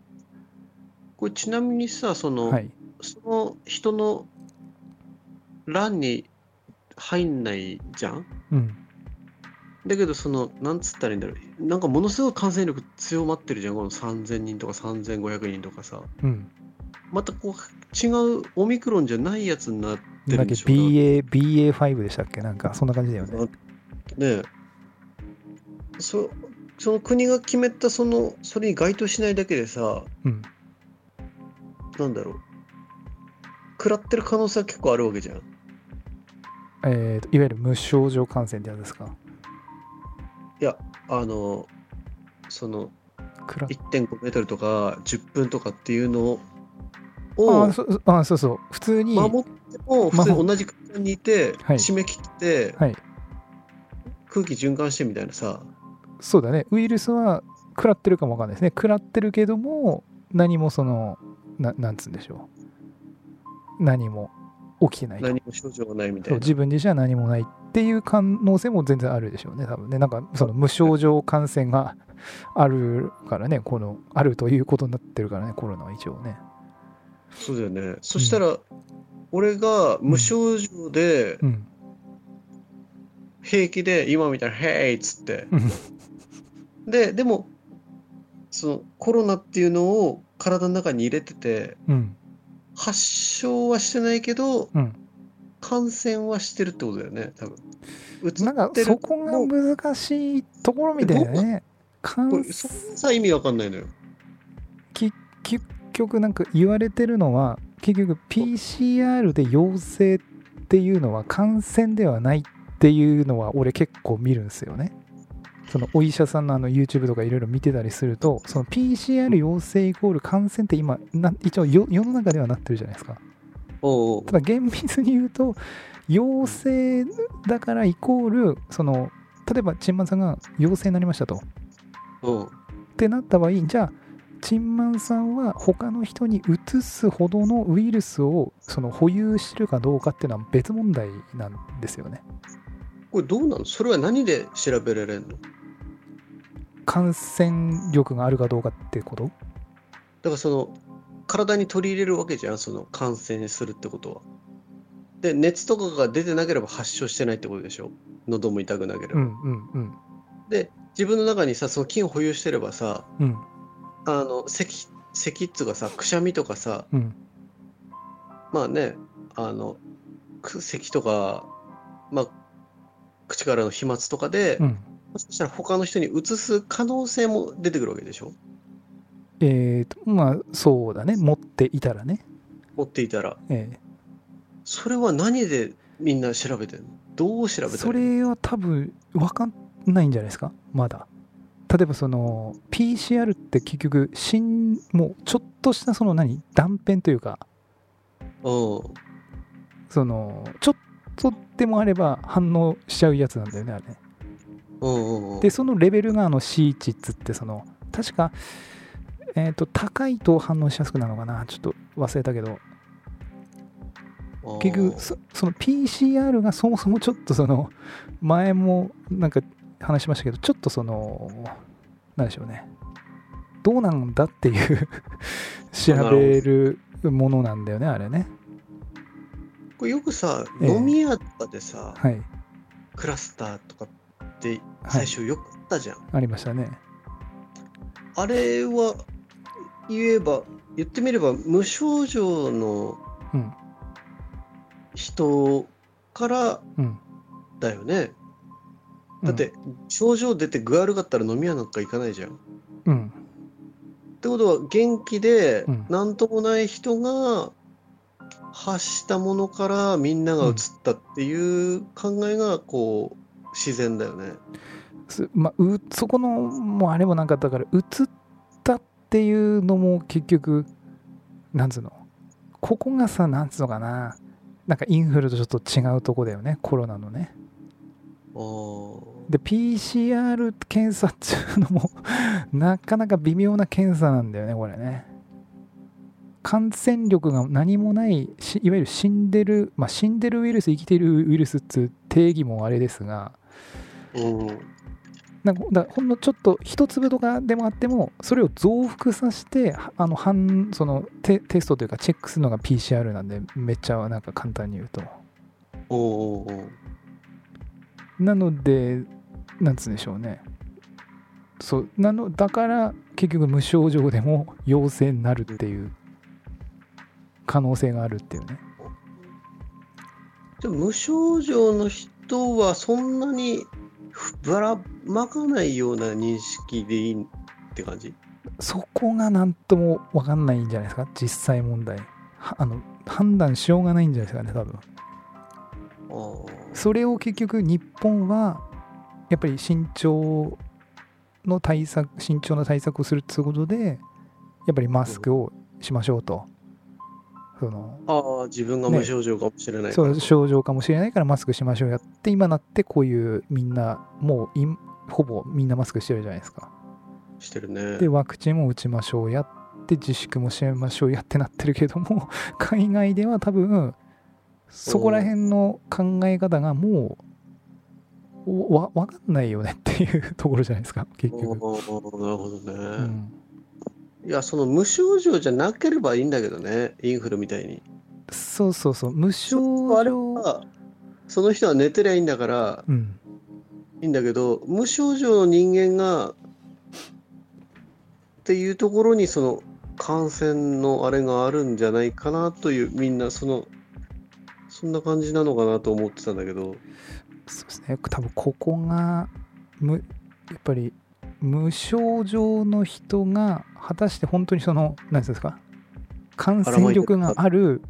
[SPEAKER 2] これちなみにさその、
[SPEAKER 1] はい
[SPEAKER 2] その人の欄に入んないじゃん
[SPEAKER 1] うん
[SPEAKER 2] だけどそのなんつったらいいんだろうなんかものすごい感染力強まってるじゃんこの3,000人とか3,500人とかさ
[SPEAKER 1] うん
[SPEAKER 2] またこう違うオミクロンじゃないやつになって
[SPEAKER 1] なん
[SPEAKER 2] るん
[SPEAKER 1] だ
[SPEAKER 2] で
[SPEAKER 1] っ
[SPEAKER 2] し
[SPEAKER 1] け
[SPEAKER 2] ょ
[SPEAKER 1] BA BA5 でしたっけなんかそんな感じだよね。
[SPEAKER 2] ねえそその国が決めたそのそれに該当しないだけでさ
[SPEAKER 1] うん。
[SPEAKER 2] なんだろう食らってる可能性は結構あるわけじゃんい
[SPEAKER 1] えーといわゆる無症状感染ってやつですか。
[SPEAKER 2] やあのその
[SPEAKER 1] クラ
[SPEAKER 2] 1.5メートルとか10分とかっていうの
[SPEAKER 1] あ
[SPEAKER 2] を
[SPEAKER 1] ーそあーそうそう普通に、
[SPEAKER 2] 守っても普通
[SPEAKER 1] まあ
[SPEAKER 2] に同じ空間にいて
[SPEAKER 1] はい
[SPEAKER 2] 締め切って
[SPEAKER 1] はい
[SPEAKER 2] 空気循環してみたいなさ
[SPEAKER 1] そうだねウイルスは食らってるかもわかんないですね。食らってるけども何もそのななんつうんでしょう何も起きてないと
[SPEAKER 2] 何も症状がないみた
[SPEAKER 1] そう
[SPEAKER 2] いな
[SPEAKER 1] 自分自身は何もないっていう可能性も全然あるでしょうね多分ねなんかその無症状感染があるからねこのあるということになってるからねコロナは一応ね。
[SPEAKER 2] そうだよねそしたら俺が無症状で
[SPEAKER 1] うん
[SPEAKER 2] 平気で今みたいな「へい!」っつって
[SPEAKER 1] うん
[SPEAKER 2] ででもそのコロナっていうのを体の中に入れてて
[SPEAKER 1] うん
[SPEAKER 2] 発症はしてないけど、
[SPEAKER 1] うん
[SPEAKER 2] 感染はしてるってことだよね多分うつ
[SPEAKER 1] なんか
[SPEAKER 2] ってる
[SPEAKER 1] そこが難しいところみたいだね。
[SPEAKER 2] これ
[SPEAKER 1] 感
[SPEAKER 2] そこがさ意味わかんないのよ
[SPEAKER 1] 結局なんか言われてるのは結局 PCR で陽性っていうのは感染ではないっていうのは俺結構見るんですよね。そのお医者さんのあの YouTube とかいろいろ見てたりするとその PCR 陽性イコール感染って今な一応よ世の中ではなってるじゃないですか。
[SPEAKER 2] おうおう
[SPEAKER 1] ただ厳密に言うと陽性だからイコールその例えばチンマンさんが陽性になりましたと
[SPEAKER 2] おう
[SPEAKER 1] ってなった場合じゃあチンマンさんは他の人にうつすほどのウイルスをその保有してるかどうかっていうのは別問題なんですよね
[SPEAKER 2] これどうなのそれは何で調べられるのだか
[SPEAKER 1] 感染力があるかどうかってこと
[SPEAKER 2] らその体に取り入れるわけじゃんその感染するってことはで熱とかが出てなければ発症してないってことでしょ喉も痛くなけれ
[SPEAKER 1] う
[SPEAKER 2] ば、
[SPEAKER 1] んうんうん
[SPEAKER 2] で自分の中にさその菌を保有してればさ
[SPEAKER 1] うん
[SPEAKER 2] あの咳咳っつうかさくしゃみとかさ
[SPEAKER 1] うん
[SPEAKER 2] まあねあのく咳とかまあ口からの飛沫とかで、
[SPEAKER 1] うん
[SPEAKER 2] もしかしたら他の人にうつす可能性も出てくるわけでしょ
[SPEAKER 1] えーとまあそうだね持っていたらね
[SPEAKER 2] 持っていたら
[SPEAKER 1] ええ
[SPEAKER 2] それは何でみんな調べてんのどう調べてんの
[SPEAKER 1] それは多分分かんないんじゃないですかまだ例えばその PCR って結局しんもうちょっとしたその何断片というか
[SPEAKER 2] うん
[SPEAKER 1] そのちょっとでもあれば反応しちゃうやつなんだよねあれね
[SPEAKER 2] うんうんうん
[SPEAKER 1] でそのレベルがあの C 値っつってその確かえっ、と高いと反応しやすくなるのかなちょっと忘れたけど
[SPEAKER 2] うん
[SPEAKER 1] 結局そその PCR がそもそもちょっとその前もなんか話しましたけどちょっとその何でしょうねどうなんだっていう 調べるものなんだよねあれね
[SPEAKER 2] これよくさ、
[SPEAKER 1] ええ
[SPEAKER 2] 飲み屋とかでさ
[SPEAKER 1] はい
[SPEAKER 2] クラスターとかって
[SPEAKER 1] はい
[SPEAKER 2] 最初よくあったじゃん、
[SPEAKER 1] ありましたね
[SPEAKER 2] あれは言えば言ってみれば無症状の
[SPEAKER 1] うん
[SPEAKER 2] 人から
[SPEAKER 1] うん
[SPEAKER 2] だよね、
[SPEAKER 1] うん
[SPEAKER 2] だって症状出て具合悪かったら飲み屋なんか行かないじゃん
[SPEAKER 1] うん
[SPEAKER 2] ってことは元気で
[SPEAKER 1] うん
[SPEAKER 2] 何ともない人が発したものからみんなが移ったっていう考えがこう自然だよね。
[SPEAKER 1] すまあ、うそこのもうあれもなんかだから移ったっていうのも結局なんつうのここがさなんつうのかななんかインフルとちょっと違うとこだよねコロナのね
[SPEAKER 2] あー
[SPEAKER 1] で PCR 検査っていうのも なかなか微妙な検査なんだよねこれね感染力が何もないしいわゆる死んでる、まあ、死んでるウイルス生きてるウイルスっていう定義もあれですが
[SPEAKER 2] うん
[SPEAKER 1] なんかだからほんのちょっと一粒とかでもあってもそれを増幅させてはあの反そのテテストというかチェックするのが PCR なんでめっちゃなんか簡単に言うと
[SPEAKER 2] おうおうおう
[SPEAKER 1] なのでなんつうんでしょうねそうなのだから結局無症状でも陽性になるっていう可能性があるっていうね
[SPEAKER 2] でも無症状の人はそんなにばらまかないような認識でいいって感じ
[SPEAKER 1] そこがなんとも分かんないんじゃないですか実際問題はあの判断しようがないんじゃないですかね多分
[SPEAKER 2] あー
[SPEAKER 1] それを結局日本はやっぱり慎重の対策慎重な対策をするっていうことでやっぱりマスクをしましょうとその
[SPEAKER 2] あー自分が無症状かもしれないか
[SPEAKER 1] そ
[SPEAKER 2] ら、
[SPEAKER 1] う症状かもしれないからマスクしましょうやって今なってこういうみんなもういほぼみんなマスクしてるじゃないですか
[SPEAKER 2] してるね
[SPEAKER 1] でワクチンも打ちましょうやって自粛もしましょうやってなってるけども 海外では多分そこら辺の考え方がもうおわわかんないよねっていうところじゃないですか結
[SPEAKER 2] お
[SPEAKER 1] 局、
[SPEAKER 2] ーなるほどね、
[SPEAKER 1] うん、
[SPEAKER 2] いや、その無症状じゃなければいいんだけどね、インフルみたいに。
[SPEAKER 1] そうそうそう無症
[SPEAKER 2] あれ
[SPEAKER 1] 状
[SPEAKER 2] は、その人は寝てりゃいいんだから、
[SPEAKER 1] うん
[SPEAKER 2] いいんだけど、無症状の人間が、っていうところに、その感染のあれがあるんじゃないかなという、みんな、その、そんな感じなのかなと思ってたんだけど、
[SPEAKER 1] そうですね多分ここがむやっぱり無症状の人が果たして本当にその何ですか感染力がある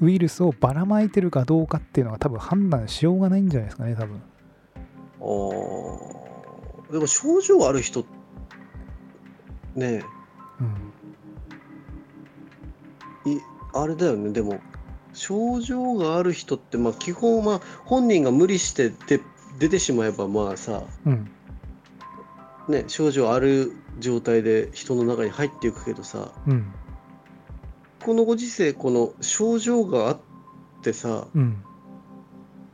[SPEAKER 1] ウイルスをばらまいてるかどうかっていうのが多分判断しようがないんじゃないですかね多分
[SPEAKER 2] あーでも症状ある人、ね
[SPEAKER 1] うん
[SPEAKER 2] いあれだよねでも症状がある人ってまあ基本は本人が無理してで出てしまえばまあさ、
[SPEAKER 1] うん
[SPEAKER 2] ね、症状ある状態で人の中に入っていくけどさ
[SPEAKER 1] うん
[SPEAKER 2] このご時世この症状があってさ
[SPEAKER 1] うん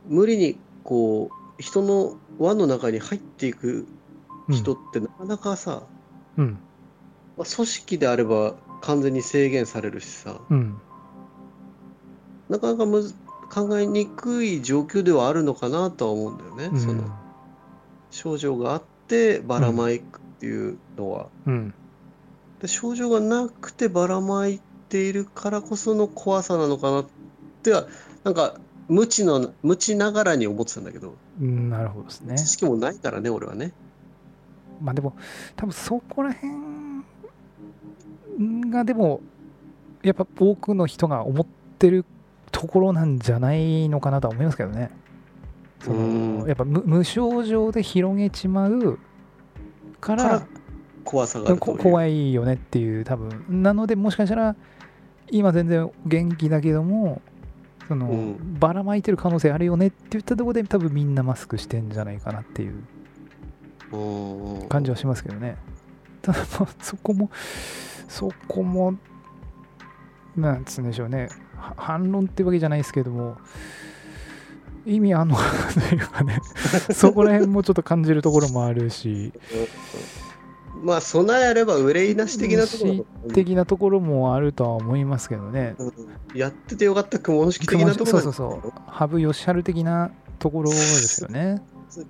[SPEAKER 2] 無理にこう人の輪の中に入っていく
[SPEAKER 1] うん
[SPEAKER 2] 人ってなかなかさ、
[SPEAKER 1] うん
[SPEAKER 2] まあ組織であれば完全に制限されるしさ
[SPEAKER 1] うん
[SPEAKER 2] なかなかむず考えにくい状況ではあるのかなとは思うんだよね、
[SPEAKER 1] うん
[SPEAKER 2] その症状があってばらまいくっていうのは、
[SPEAKER 1] うん
[SPEAKER 2] で症状がなくてばらまいているからこその怖さなのかなってはなんか無知の無知ながらに思ってたんだけど
[SPEAKER 1] うんなるほどですね
[SPEAKER 2] 知識もないからね俺はね
[SPEAKER 1] まあでも多分そこら辺がでもやっぱ多くの人が思ってるところなんじゃないのかなとは思いますけどね。そ
[SPEAKER 2] うん
[SPEAKER 1] のやっぱ無無症状で広げちまうか
[SPEAKER 2] からら怖さがあると
[SPEAKER 1] こ
[SPEAKER 2] いう
[SPEAKER 1] 怖いよねっていう多分なのでもしかしたら今全然元気だけどもその、
[SPEAKER 2] うん
[SPEAKER 1] ばらまいてる可能性あるよねって言ったところで多分みんなマスクしてんじゃないかなっていう
[SPEAKER 2] うんうん
[SPEAKER 1] 感じはしますけどね。ただまあそこもそこもなんつうんでしょうねは反論っていうわけじゃないですけども意味あんのかなというか ねそこら辺もちょっと感じるところもあるし
[SPEAKER 2] まあ備えあれば憂いなし的なところだと思う
[SPEAKER 1] 的なところもあるとは思いますけどね。
[SPEAKER 2] うんやっててよかった雲の式的なとこ
[SPEAKER 1] そ
[SPEAKER 2] ろ
[SPEAKER 1] うそうそう羽生善治的なところですよね。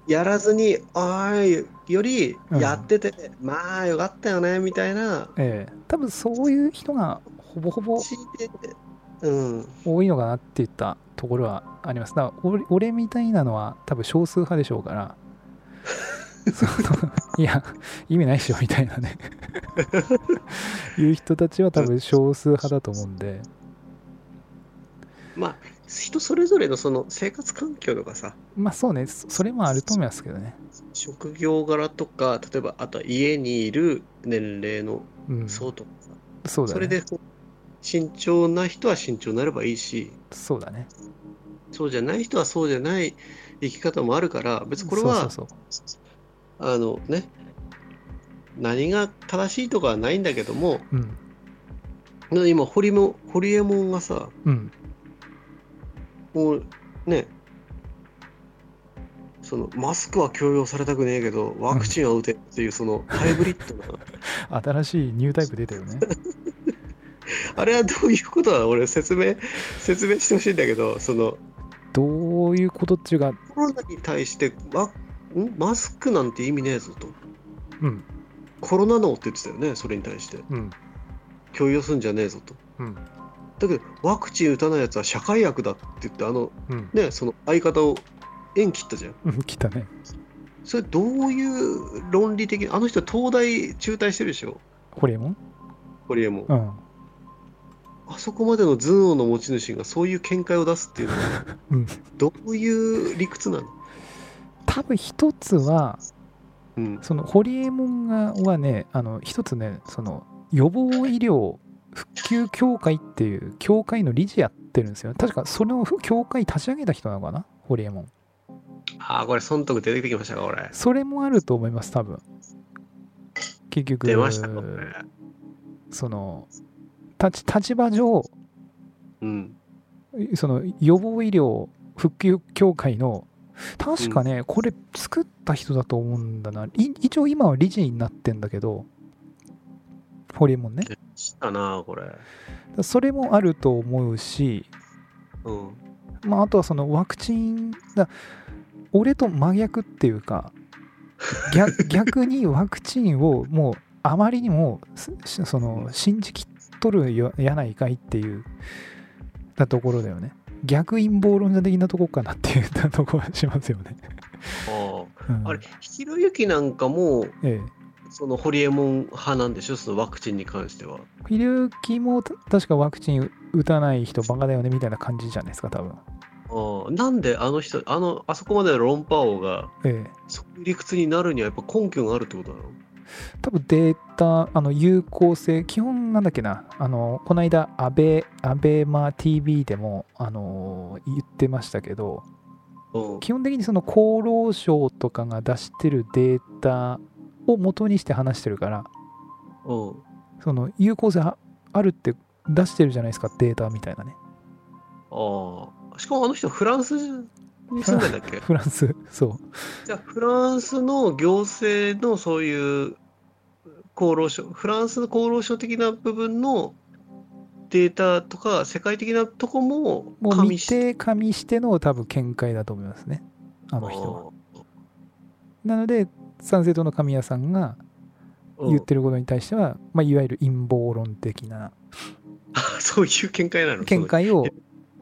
[SPEAKER 2] やらずにあーより
[SPEAKER 1] うん
[SPEAKER 2] やってて、まあよかったよねみたいな
[SPEAKER 1] ええ、多分そういう人がほぼほぼ
[SPEAKER 2] 強いてうん
[SPEAKER 1] 多いのかなっていったところはあります。だから俺俺みたいなのは多分少数派でしょう から。そのいや意味ないっしょみたいなねいう人たちは多分少数派だと思うんで、
[SPEAKER 2] まあ人それぞれのその生活環境とかさ
[SPEAKER 1] まあそうねそそれもあると思いますけどね、
[SPEAKER 2] 職業柄とか例えばあとは家にいる年齢の
[SPEAKER 1] うん、
[SPEAKER 2] 層とかさ、
[SPEAKER 1] そうだね
[SPEAKER 2] それでこう慎重な人は慎重になればいいし
[SPEAKER 1] そうだね
[SPEAKER 2] そうじゃない人はそうじゃない生き方もあるから別にこれは
[SPEAKER 1] そうそう
[SPEAKER 2] あのね何が正しいとかはないんだけども
[SPEAKER 1] そううん
[SPEAKER 2] 今ホリもホリエモンがさ
[SPEAKER 1] うん
[SPEAKER 2] もうねそのマスクは強要されたくねえけどワクチンは打てっていうそのハイブリッドな
[SPEAKER 1] 新しいニュータイプ出たよね
[SPEAKER 2] あれはどういうことなの俺説明説明してほしいんだけどその
[SPEAKER 1] どういうことっていうか
[SPEAKER 2] コロナに対してワんマスクなんて意味ねえぞと
[SPEAKER 1] うん
[SPEAKER 2] コロナのって言ってたよねそれに対して
[SPEAKER 1] うん
[SPEAKER 2] 強要すんじゃねえぞと
[SPEAKER 1] うん
[SPEAKER 2] だけどワクチン打たないやつは社会悪だって言ってあの
[SPEAKER 1] うん
[SPEAKER 2] ねその相方を縁切ったじゃん
[SPEAKER 1] うん来たね
[SPEAKER 2] それどういう論理的あの人東大中退してるでしょ
[SPEAKER 1] ホリエモン
[SPEAKER 2] ホリエモン
[SPEAKER 1] うん
[SPEAKER 2] あそこまでの頭脳の持ち主がそういう見解を出すっていうのは、
[SPEAKER 1] うん
[SPEAKER 2] どういう理屈なの
[SPEAKER 1] 多分一つは
[SPEAKER 2] うん
[SPEAKER 1] そのホリエモンがはねあの一つねその予防医療復旧協会っていう協会の理事やってるんですよ確かその協会立ち上げた人なのかなホリエモン
[SPEAKER 2] ああこれ損得出てきましたか俺
[SPEAKER 1] それもあると思います多分結局
[SPEAKER 2] 出ましたか
[SPEAKER 1] その立ち立場上
[SPEAKER 2] うん
[SPEAKER 1] その予防医療復旧協会の確かね、これ作った人だと思うんだない一応今は理事になってんだけどホリエモンね
[SPEAKER 2] 出ましたなこれ
[SPEAKER 1] それもあると思うし、
[SPEAKER 2] うん
[SPEAKER 1] まあ、あとはそのワクチンだ俺と真逆っていうか 逆逆にワクチンをもうあまりにもすその信じきっとるよやないかいっていうたところだよね逆陰謀論者的なとこかなっていうたとこはしますよね、
[SPEAKER 2] あ
[SPEAKER 1] うん
[SPEAKER 2] ああれひろゆきなんかも
[SPEAKER 1] ええ
[SPEAKER 2] そのホリエモン派なんでしょそのワクチンに関しては
[SPEAKER 1] ひろゆきもた確かワクチン打たない人バカだよねみたいな感じじゃないですか多分
[SPEAKER 2] ああなんであの人あのあそこまでの論破王が
[SPEAKER 1] ええ
[SPEAKER 2] そういう理屈になるにはやっぱ根拠があるってことなの
[SPEAKER 1] 多分データあの有効性基本なんだっけなあのこの間安倍安倍マ TV でもあの言ってましたけど
[SPEAKER 2] うん
[SPEAKER 1] 基本的にその厚労省とかが出してるデータを元にして話してるから
[SPEAKER 2] うん
[SPEAKER 1] その有効性ああるって出してるじゃないですかデータみたいなね
[SPEAKER 2] ああしかもあの人フランスに住んでんだっけ
[SPEAKER 1] フランスそ
[SPEAKER 2] じゃあフランスの行政のそういう厚労省フランスの厚労省的な部分のデータとか世界的なとこも
[SPEAKER 1] も
[SPEAKER 2] 加
[SPEAKER 1] う
[SPEAKER 2] 味
[SPEAKER 1] 見
[SPEAKER 2] して
[SPEAKER 1] て加味しての多分見解だと思いますねあの人はなので参政党の神谷さんが
[SPEAKER 2] うん
[SPEAKER 1] 言ってることに対しては、まあ、いわゆる陰謀論的な
[SPEAKER 2] あそういう見解なの
[SPEAKER 1] 見解を
[SPEAKER 2] その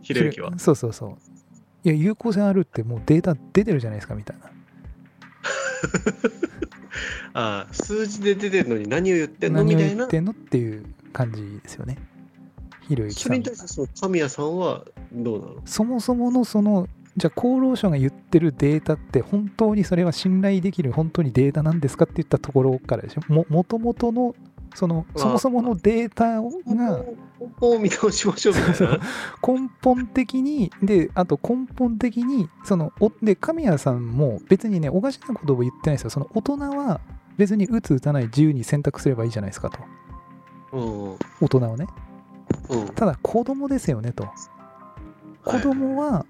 [SPEAKER 2] ひろゆきは
[SPEAKER 1] そうそうそういや有効性あるってもうデータ出てるじゃないですかみたいな
[SPEAKER 2] ああ数字で出てるのに何を言ってんの
[SPEAKER 1] 何
[SPEAKER 2] み
[SPEAKER 1] を
[SPEAKER 2] たい
[SPEAKER 1] 言
[SPEAKER 2] な
[SPEAKER 1] ってんのっていう感じですよねひろゆき
[SPEAKER 2] そ
[SPEAKER 1] さ
[SPEAKER 2] れ
[SPEAKER 1] ん
[SPEAKER 2] に対してその神谷さんはどうなの
[SPEAKER 1] そもそものそのじゃあ厚労省が言ってるデータって本当にそれは信頼できる本当にデータなんですかって言ったところからでしょももともとのその
[SPEAKER 2] あ
[SPEAKER 1] そもそものデータが
[SPEAKER 2] 根本を見直しましょうみたい
[SPEAKER 1] そ
[SPEAKER 2] な
[SPEAKER 1] う 根本的にであと根本的にそのおで神谷さんも別にねおかしなことを言ってないですよその大人は別に打つ打たない自由に選択すればいいじゃないですかと
[SPEAKER 2] うんうん
[SPEAKER 1] 大人をね
[SPEAKER 2] うん
[SPEAKER 1] ただ子供ですよねと
[SPEAKER 2] は
[SPEAKER 1] 子
[SPEAKER 2] い
[SPEAKER 1] 供は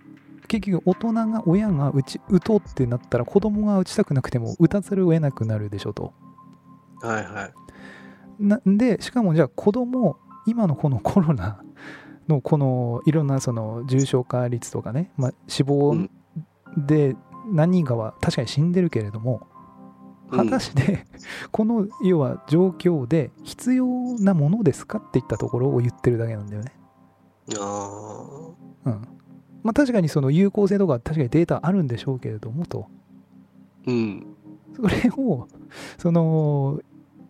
[SPEAKER 1] 結局大人が親が打ち打とうってなったら子供が打ちたくなくても打たざるを得なくなるでしょと
[SPEAKER 2] はいはい
[SPEAKER 1] なんでしかもじゃあ子供今のこのコロナ のこのいろんなその重症化率とかね、まあ、死
[SPEAKER 2] う
[SPEAKER 1] 亡
[SPEAKER 2] ん
[SPEAKER 1] で何人かは確かに死んでるけれども
[SPEAKER 2] うん
[SPEAKER 1] 果たして、 この要は状況で必要なものですかっていったところを言ってるだけなんだよね。
[SPEAKER 2] あ
[SPEAKER 1] うんまあ、確かにその有効性とか確かにデータあるんでしょうけれどもと
[SPEAKER 2] ーうん
[SPEAKER 1] それをその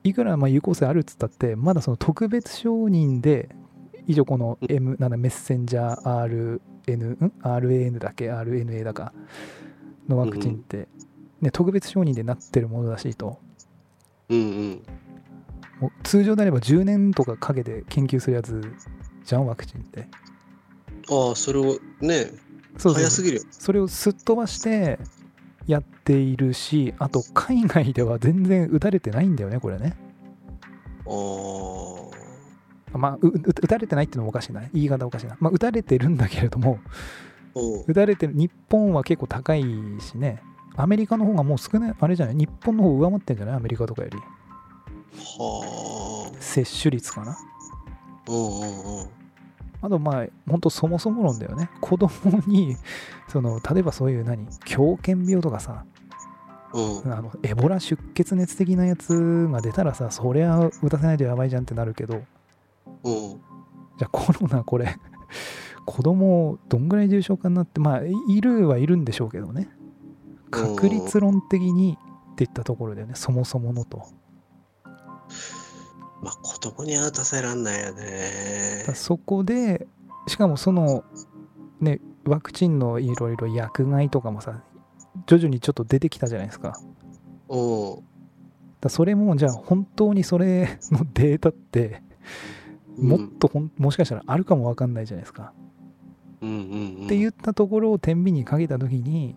[SPEAKER 1] いくらまあ有効性あるっつったってまだその特別承認で以上この M なんだメッセンジャー RN ん RAN だっけ RNA だかのワクチンって、ね、特別承認でなってるものらしいと
[SPEAKER 2] うんうん
[SPEAKER 1] もう通常であれば10年とかかけて研究するやつじゃんワクチンって
[SPEAKER 2] ああそれをね
[SPEAKER 1] そうそうそう
[SPEAKER 2] 早すぎるよ
[SPEAKER 1] それをすっ飛ばしてやっているしあと海外では全然打たれてないんだよねこれね
[SPEAKER 2] ああ
[SPEAKER 1] まあうう打たれてないっていうのもおかしいな言い方おかしいなまあ打たれてるんだけれども
[SPEAKER 2] うん
[SPEAKER 1] 打たれてる日本は結構高いしねアメリカの方がもう少ないあれじゃない日本の方上回ってんじゃないアメリカとかより
[SPEAKER 2] は
[SPEAKER 1] 接種率かな
[SPEAKER 2] あうんうんうん
[SPEAKER 1] あとまあ本当そもそも論だよね子供にその例えばそういう何狂犬病とかさ
[SPEAKER 2] うん
[SPEAKER 1] あのエボラ出血熱的なやつが出たらさそりゃ打たせないとやばいじゃんってなるけど
[SPEAKER 2] うん
[SPEAKER 1] じゃあコロナこれ 子供どんぐらい重症化になってまあいいるはいるんでしょうけどね確率論的にっていったところだよねそもそものと
[SPEAKER 2] まあ子供には打たせらんないよ
[SPEAKER 1] だ
[SPEAKER 2] ね
[SPEAKER 1] からそこでしかもそのねワクチンのいろいろ薬害とかもさ徐々にちょっと出てきたじゃないですか
[SPEAKER 2] うん
[SPEAKER 1] だからそれもじゃあ本当にそれのデータってもっとほんもしかしたらあるかもわかんないじゃないですか
[SPEAKER 2] うんうんうん
[SPEAKER 1] って言ったところを天秤にかけた時に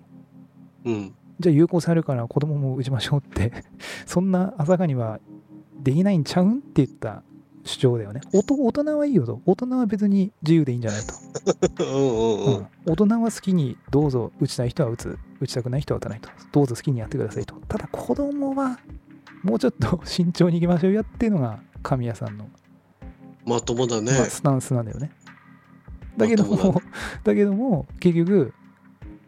[SPEAKER 2] うん
[SPEAKER 1] じゃあ有効性あるから子供も打ちましょうって そんな朝霞にはできないんちゃうんって言った主張だよねおと大人はいいよと大人は別に自由でいいんじゃないと、
[SPEAKER 2] うんうん
[SPEAKER 1] う
[SPEAKER 2] うんん
[SPEAKER 1] 大人は好きにどうぞ打ちたい人は打つ打ちたくない人は打たないとどうぞ好きにやってくださいとただ子供はもうちょっと慎重にいきましょうやっていうのが神谷さんの、
[SPEAKER 2] まともだね
[SPEAKER 1] まあスタンスなんだよねだけど
[SPEAKER 2] まとも
[SPEAKER 1] も、 だけども、結局、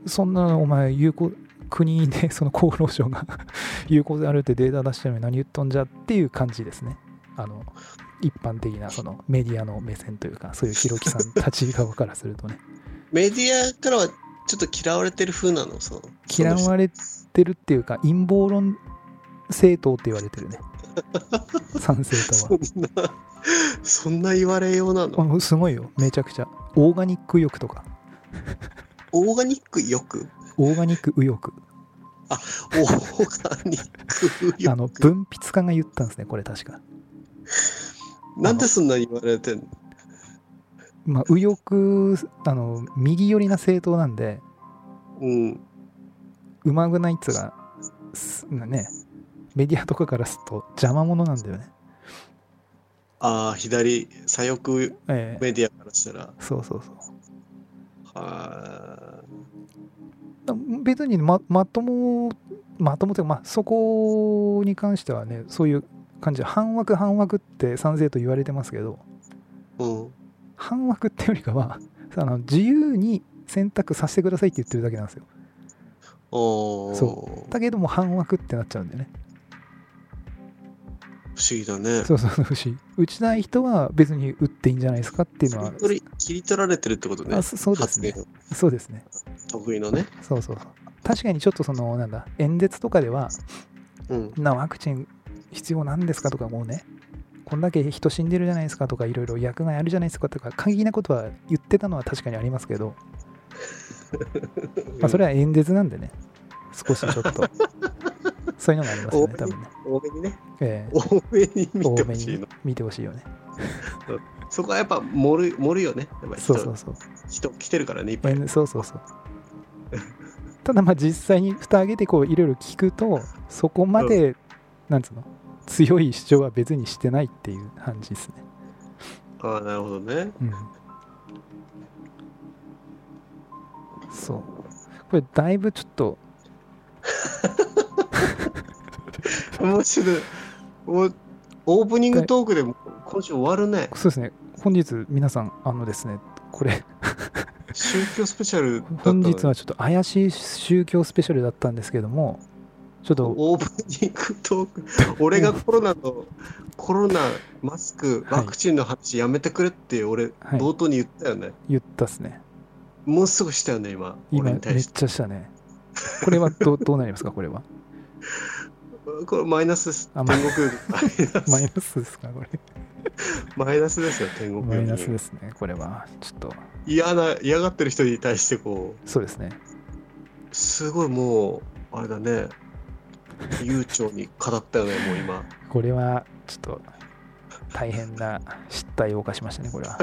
[SPEAKER 1] そんなお前、有効、国で その厚労省が有効であるってデータ出してるのに何言っとんじゃっていう感じですね。あの、一般的なそのメディアの目線というか、そういうひろきさんたち側からすると ね、
[SPEAKER 2] メディアからはちょっと嫌われてる風なのその
[SPEAKER 1] 嫌
[SPEAKER 2] その人
[SPEAKER 1] われてるっていうか、陰謀論政党って言われて るね。賛成党は。
[SPEAKER 2] そんなそんな言われようなの
[SPEAKER 1] あのすごいよ、めちゃくちゃ。オーガニック欲とか、
[SPEAKER 2] オーガニックよく
[SPEAKER 1] オーガニック右翼。
[SPEAKER 2] オーガニック
[SPEAKER 1] あ
[SPEAKER 2] よ
[SPEAKER 1] の、
[SPEAKER 2] く
[SPEAKER 1] 文筆家が言ったんですね、これ確か。
[SPEAKER 2] なんでそんな言われてんの
[SPEAKER 1] まあ、右翼あの右寄りな政党なんで
[SPEAKER 2] うん
[SPEAKER 1] うまくないっつうかすねメディアとかからすると邪魔者なんだよね。
[SPEAKER 2] ああ左左翼
[SPEAKER 1] ええ
[SPEAKER 2] メディアからしたら
[SPEAKER 1] そうそうそう
[SPEAKER 2] あ
[SPEAKER 1] だ。別にままともまともというか、まあ、そこに関してはねそういう感じで半枠半枠って賛成と言われてますけど
[SPEAKER 2] ーうん
[SPEAKER 1] 半枠ってよりかはあの自由に選択させてくださいって言ってるだけなんですよ
[SPEAKER 2] おー
[SPEAKER 1] そうだけどもう半枠ってなっちゃうんだよね
[SPEAKER 2] 不思議だね。
[SPEAKER 1] そうそうそう不思議打ちたい人は別に打っていいんじゃないですかっていうのは
[SPEAKER 2] 切り取り切り取られてるってことね
[SPEAKER 1] あ。そそうですね
[SPEAKER 2] 発
[SPEAKER 1] そうですね
[SPEAKER 2] 言得意のね。
[SPEAKER 1] そうそうそう確かにちょっとそのなんだ演説とかでは
[SPEAKER 2] うん。
[SPEAKER 1] なワクチン必要なんですかとかもうねこんだけ人死んでるじゃないですかとかいろいろ薬害あるじゃないですかとか過激なことは言ってたのは確かにありますけど、まあ、それは演説なんでね少しちょっと そういうのがありますよね多分ね、
[SPEAKER 2] 多めにね。
[SPEAKER 1] ええ
[SPEAKER 2] 多めに見て
[SPEAKER 1] 多
[SPEAKER 2] ほ
[SPEAKER 1] め
[SPEAKER 2] しい
[SPEAKER 1] に
[SPEAKER 2] の。
[SPEAKER 1] 見てほしいよね
[SPEAKER 2] そこはやっぱ盛る盛るよね。やっぱ人
[SPEAKER 1] そうそうそう
[SPEAKER 2] 人来てるからね、いっぱい。
[SPEAKER 1] 演そうそうそうただまあ実際に蓋開けてこういろいろ聞くとそこまで、なんつうの強い主張は別にしてないっていう感じですね、
[SPEAKER 2] ああ、なるほどね。
[SPEAKER 1] うんそう。これだいぶちょっと、
[SPEAKER 2] もうすぐ、もうオープニングトークでも今週終わるね。
[SPEAKER 1] そうですね、本日皆さん、あのですね、こ れ、
[SPEAKER 2] 宗教スペシャルだった
[SPEAKER 1] 本
[SPEAKER 2] のに
[SPEAKER 1] 日はちょっと怪しい宗教スペシャルだったんですけども、ちょっと、
[SPEAKER 2] オープニングトーク、 俺がコロナの、コロナ、マスク、
[SPEAKER 1] はい
[SPEAKER 2] ワクチンの話やめてくれって、俺、
[SPEAKER 1] はい
[SPEAKER 2] 冒頭に言ったよね。
[SPEAKER 1] 言ったっすね。
[SPEAKER 2] もうすぐしたよね、今。
[SPEAKER 1] 今、め
[SPEAKER 2] 俺
[SPEAKER 1] っ
[SPEAKER 2] に対して。
[SPEAKER 1] ちゃしたね。これはどうどうなりますか、これ は。
[SPEAKER 2] これマイナスです。
[SPEAKER 1] あ
[SPEAKER 2] 天
[SPEAKER 1] ま
[SPEAKER 2] 国よりマイ ナ
[SPEAKER 1] マイ
[SPEAKER 2] ス。
[SPEAKER 1] ナスですか、これ。
[SPEAKER 2] マイナスですよ、天国
[SPEAKER 1] マ
[SPEAKER 2] よ
[SPEAKER 1] イ
[SPEAKER 2] り
[SPEAKER 1] ナスですね、これは。ちょっと、
[SPEAKER 2] 嫌な、嫌がってる人に対して、こ
[SPEAKER 1] そうですね。
[SPEAKER 2] う、すごいもう、あれだね、悠長に語ったよね、もう今。
[SPEAKER 1] これは、ちょっと、大変な失態を犯しましたね、これは。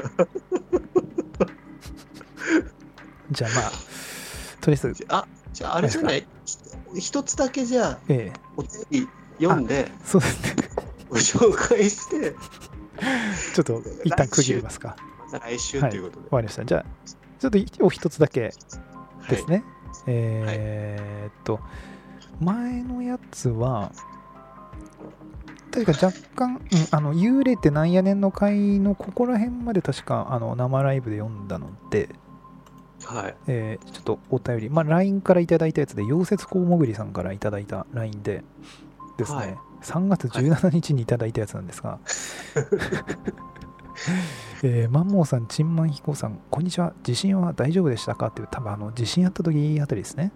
[SPEAKER 1] じゃあまあ、とりあえず、
[SPEAKER 2] あ、じゃああれじゃない一つだけじゃあ、
[SPEAKER 1] ええ、
[SPEAKER 2] お便り読んで、
[SPEAKER 1] そうですね。
[SPEAKER 2] ご紹介して、
[SPEAKER 1] ちょっと、一旦区切りますか。
[SPEAKER 2] また来週ということで
[SPEAKER 1] わ。かりました。じゃあ、ちょっといお一つだけ
[SPEAKER 2] はい
[SPEAKER 1] ですね。えーっと、前のやつは、確か若干、うんあの幽霊ってなんやねんの回のここら辺まで確かあの生ライブで読んだので、
[SPEAKER 2] はい。
[SPEAKER 1] えーちょっとお便り、まあ、LINE からいただいたやつで、溶接工もぐりさんからいただいた LINE でですね、
[SPEAKER 2] はい
[SPEAKER 1] 3月17日にいただいたやつなんですが、 えーマンモーさん、チンマンヒコさん、こんにちは、地震は大丈夫でしたかっていう、多分あの地震あった時あたりですね。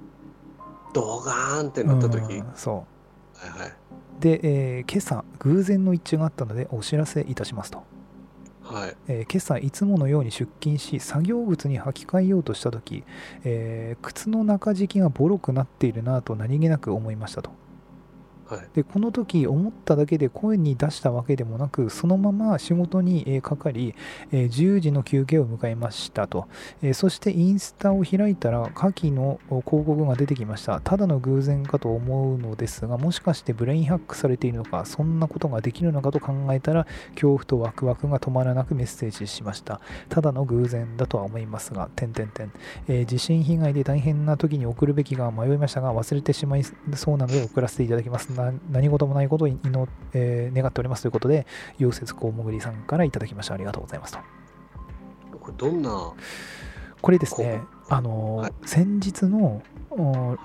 [SPEAKER 2] ドガーンってなった時、はい
[SPEAKER 1] うんそう
[SPEAKER 2] はい。
[SPEAKER 1] で、えー今朝、偶然の一致があったので、お知らせいたしますと。
[SPEAKER 2] はい。
[SPEAKER 1] えー今朝いつものように出勤し作業靴に履き替えようとした時、えー靴の中敷きがボロくなっているなぁと何気なく思いましたと
[SPEAKER 2] はい。
[SPEAKER 1] でこの時思っただけで声に出したわけでもなくそのまま仕事に、えーかかり、えー10時の休憩を迎えましたと、えーそしてインスタを開いたら下記のお広告が出てきましたただの偶然かと思うのですがもしかしてブレインハックされているのかそんなことができるのかと考えたら恐怖とワクワクが止まらなくメッセージしましたただの偶然だとは思いますが点々点えー地震被害で大変な時に送るべきが迷いましたが忘れてしまいそうなので送らせていただきますな何事もないことを祈、えー願っておりますということで溶接工もぐりさんからいただきましたありがとうございますと
[SPEAKER 2] これどんな、
[SPEAKER 1] これですねあのー
[SPEAKER 2] はい
[SPEAKER 1] 先日のおー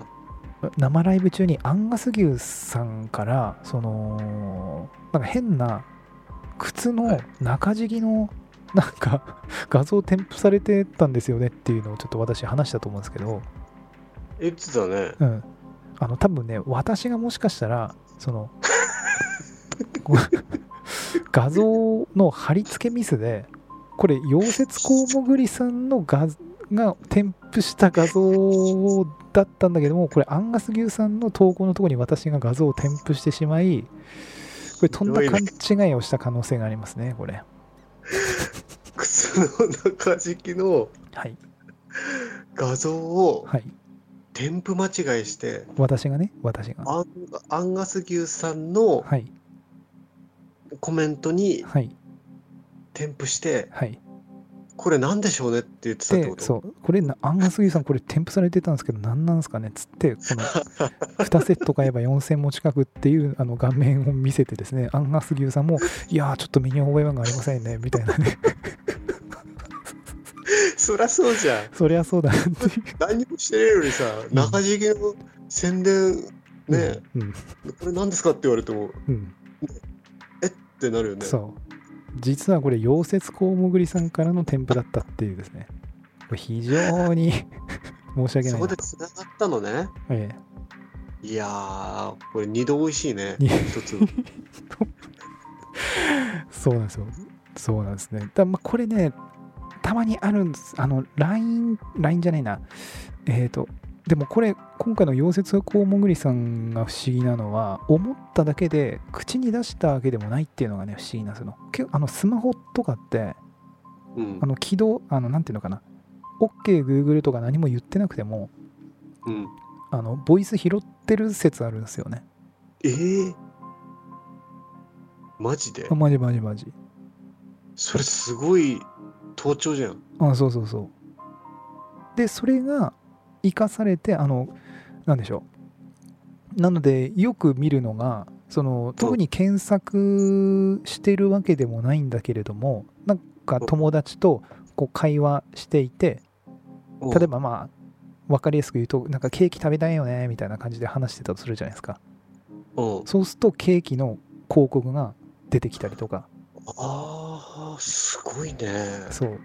[SPEAKER 1] 生ライブ中にアンガス牛さんからそのなんか変な靴
[SPEAKER 2] は
[SPEAKER 1] の
[SPEAKER 2] い
[SPEAKER 1] 中敷きのなんか画像添付されてたんですよねっていうのをちょっと私話したと思うんですけど、
[SPEAKER 2] えってたね。
[SPEAKER 1] うん、あの多分ね私がもしかしたらその こう画像の貼り付けミスでこれ溶接工もぐりさんの画が添付した画像だったんだけどもこれアンガス牛さんの投稿のところに私が画像を添付してしまいこれとんだ
[SPEAKER 2] ひどいね
[SPEAKER 1] 勘違いをした可能性がありますねこれ
[SPEAKER 2] 靴の中敷きの
[SPEAKER 1] はい
[SPEAKER 2] 画像を
[SPEAKER 1] はい
[SPEAKER 2] 添付間違いして、
[SPEAKER 1] 私がね私が
[SPEAKER 2] アンアンガス牛さんの
[SPEAKER 1] はい
[SPEAKER 2] コメントに
[SPEAKER 1] はい
[SPEAKER 2] 添付して、
[SPEAKER 1] はい
[SPEAKER 2] これなんでしょうねって言ってたって
[SPEAKER 1] で
[SPEAKER 2] こと
[SPEAKER 1] そうこれなアンガスギさんこれ添付されてたんですけど何なんですかねっつってこの2セット買えば4000も近くっていうあの画面を見せてですねアンガス牛さんもいやーちょっと身に覚えがありませんねみたいなね
[SPEAKER 2] そりゃそうじゃん。
[SPEAKER 1] そりゃそうだなっていう
[SPEAKER 2] 何にもしてないよりさ、中敷きの宣伝、ね
[SPEAKER 1] うん
[SPEAKER 2] え、これ何ですかって言われても、
[SPEAKER 1] うん、
[SPEAKER 2] ってなるよね。
[SPEAKER 1] そう実はこれ溶接工もぐりさんからの添付だったっていうですねこれ非常に申し訳な
[SPEAKER 2] そ
[SPEAKER 1] い
[SPEAKER 2] こ
[SPEAKER 1] な
[SPEAKER 2] で繋がったのね。
[SPEAKER 1] ええ
[SPEAKER 2] いやー、これ二度美味しいね。
[SPEAKER 1] 二
[SPEAKER 2] 一 つ。
[SPEAKER 1] そうなんですよ。そうなんですね。だまあこれね、たまにあるんです。あの、LINE、LINE じゃないな。えっ、と、でもこれ、今回の溶接工もぐりさんが不思議なのは、思っただけで、口に出したわけでもないっていうのがね、不思議なんですよ。けあのスマホとかって、
[SPEAKER 2] うん
[SPEAKER 1] あ。の、起動、あの、なんていうのかな。OK、Google とか何も言ってなくても、
[SPEAKER 2] うん、
[SPEAKER 1] あの、ボイス拾ってる説あるんですよね。
[SPEAKER 2] えー、マジで
[SPEAKER 1] あマジマジマジ。
[SPEAKER 2] それすごい盗聴じゃん。
[SPEAKER 1] あそうそうそうでそれが生かされてあのなんでしょうなのでよく見るのがその特に検索してるわけでもないんだけれどもなんか友達とこう会話していて例えばまあ分かりやすく言うとなんかケーキ食べたいよねみたいな感じで話してたとするじゃないですか
[SPEAKER 2] うん、うん、
[SPEAKER 1] そうするとケーキの広告が出てきたりとか
[SPEAKER 2] ああ、すごいね。
[SPEAKER 1] そう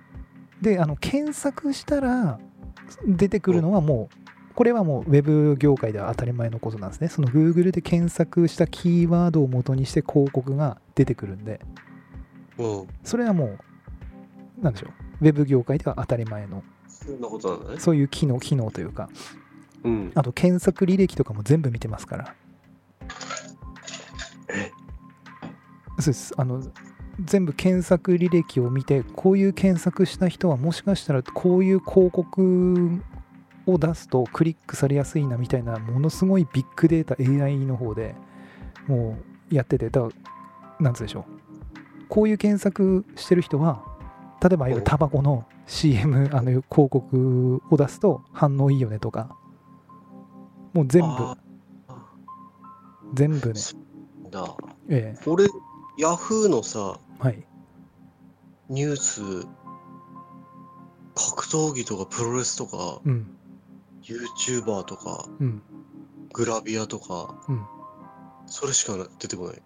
[SPEAKER 1] であの検索したら出てくるのはもうこれはもうウェブ業界では当たり前のことなんですねその Google で検索したキーワードを元にして広告が出てくるんで
[SPEAKER 2] うん。
[SPEAKER 1] それはもうなんでしょうウェブ業界では当たり前の
[SPEAKER 2] そんなことなんだね。
[SPEAKER 1] そういう機能機能というか
[SPEAKER 2] うん。
[SPEAKER 1] あと検索履歴とかも全部見てますから
[SPEAKER 2] え
[SPEAKER 1] そうですあの全部検索履歴を見てこういう検索した人はもしかしたらこういう広告を出すとクリックされやすいなみたいなものすごいビッグデータ AI の方でもうやっててだからなんつうでしょうこういう検索してる人は例えば
[SPEAKER 2] うん
[SPEAKER 1] タバコの CM あの広告を出すと反応いいよねとかもう全部
[SPEAKER 2] ああ
[SPEAKER 1] 全部ね
[SPEAKER 2] ーだ。
[SPEAKER 1] ええ
[SPEAKER 2] 俺、ヤフーのさ、
[SPEAKER 1] はい
[SPEAKER 2] ニュース、格闘技とかプロレスとか、
[SPEAKER 1] うん
[SPEAKER 2] ユーチューバーとか、
[SPEAKER 1] うん
[SPEAKER 2] グラビアとか、
[SPEAKER 1] うん
[SPEAKER 2] それしかな出てこない。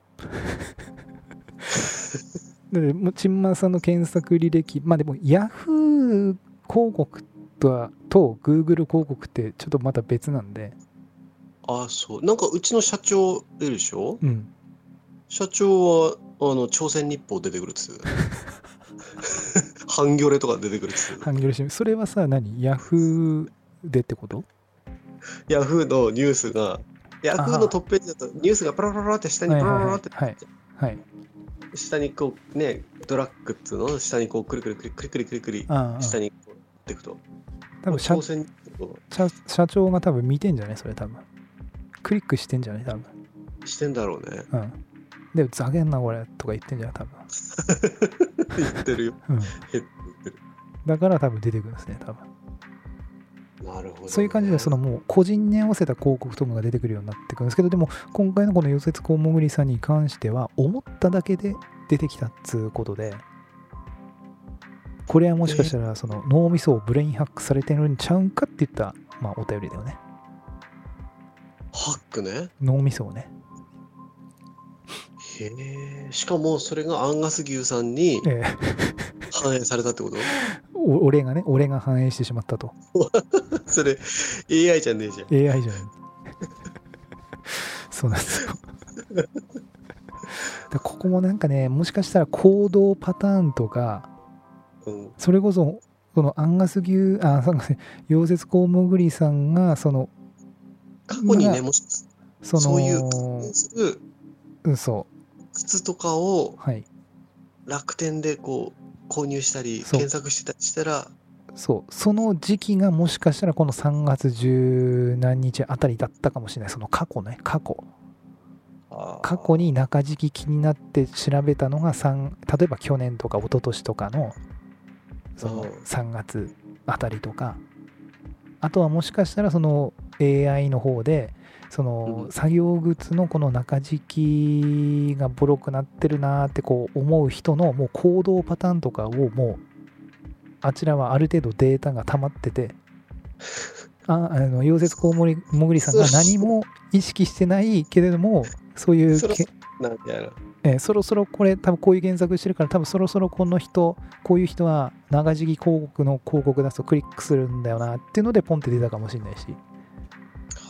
[SPEAKER 1] だからもうチンマンさんの検索履歴まあでも Yahoo 広告とはと Google 広告ってちょっとまた別なんで
[SPEAKER 2] ああ、そう。なんかうちの社長いるでしょ
[SPEAKER 1] うん
[SPEAKER 2] 社長は、あの、朝鮮日報出てくるっつう。半魚レとか出てくるっつう。
[SPEAKER 1] ハンギョレ新聞それはさ何 Yahoo でってこと
[SPEAKER 2] ヤフーのニュースが、ヤフー
[SPEAKER 1] あは
[SPEAKER 2] のトップページだとニュースがパラパラパラって下に
[SPEAKER 1] は
[SPEAKER 2] パ
[SPEAKER 1] い
[SPEAKER 2] ラ
[SPEAKER 1] は
[SPEAKER 2] パ
[SPEAKER 1] い
[SPEAKER 2] ラパラ
[SPEAKER 1] は
[SPEAKER 2] って、
[SPEAKER 1] いはいはい
[SPEAKER 2] 下にこうね、ドラッグっつうの下にこうくるくるくるくるくるくるくり、
[SPEAKER 1] ああ
[SPEAKER 2] 下にこうやっていくと。
[SPEAKER 1] 多分社
[SPEAKER 2] 朝鮮と
[SPEAKER 1] 社社長が多分見てんじゃないそれ多分クリックしてんじゃない多分
[SPEAKER 2] してんだろうね。
[SPEAKER 1] うんでざけんなこれとか言ってんじゃん多分
[SPEAKER 2] 言ってるよ。
[SPEAKER 1] うん
[SPEAKER 2] 言ってる。
[SPEAKER 1] だから多分出てくるんですね多分
[SPEAKER 2] なるほど、ね。
[SPEAKER 1] そういう感じでそのもう個人に合わせた広告とかが出てくるようになってくるんですけどでも今回のこの「溶接工もぐりさん」に関しては思っただけで出てきたっつうことでこれはもしかしたらその脳みそをブレインハックされてるんちゃうんかって言ったまあお便りだよね
[SPEAKER 2] ハックね。
[SPEAKER 1] 脳みそをね
[SPEAKER 2] へえ。しかもそれがアンガス牛さんに
[SPEAKER 1] え
[SPEAKER 2] 反映されたってこと
[SPEAKER 1] ーお俺がね俺が反映してしまったと
[SPEAKER 2] それ AI じゃねえじゃん。
[SPEAKER 1] AI じゃない そうなんですよだここもなんかねもしかしたら行動パターンとか
[SPEAKER 2] うん。
[SPEAKER 1] それこそそのアンガス牛あすいません溶接工もぐりさんがその
[SPEAKER 2] 過去に
[SPEAKER 1] ま
[SPEAKER 2] ね、
[SPEAKER 1] あ
[SPEAKER 2] もしかし
[SPEAKER 1] そ
[SPEAKER 2] た
[SPEAKER 1] の
[SPEAKER 2] らそういう関連する
[SPEAKER 1] うんそう
[SPEAKER 2] 靴とかを
[SPEAKER 1] はい
[SPEAKER 2] 楽天でこう購入したり
[SPEAKER 1] そう
[SPEAKER 2] 検索してたりしたら
[SPEAKER 1] そうその時期がもしかしたらこの3月10何日あたりだったかもしれないその過去ね過去過去に中敷き気になって調べたのが3例えば去年とか一昨年とかのその
[SPEAKER 2] うん
[SPEAKER 1] 3月あたりとかあとはもしかしたらその AI の方でその
[SPEAKER 2] うん
[SPEAKER 1] 作業靴のこの中敷きがボロくなってるなーってこう思う人のもう行動パターンとかをもうあちらはある程度データが溜まっててああの溶接コウモリもぐりさんが何も意識してないけれどもそういう
[SPEAKER 2] そろ
[SPEAKER 1] け
[SPEAKER 2] そろなんやろ
[SPEAKER 1] えーそろそろこれ多分こういう原作してるから多分そろそろこの人こういう人は長敷き広告の広告出すとクリックするんだよなっていうのでポンって出たかもしれないし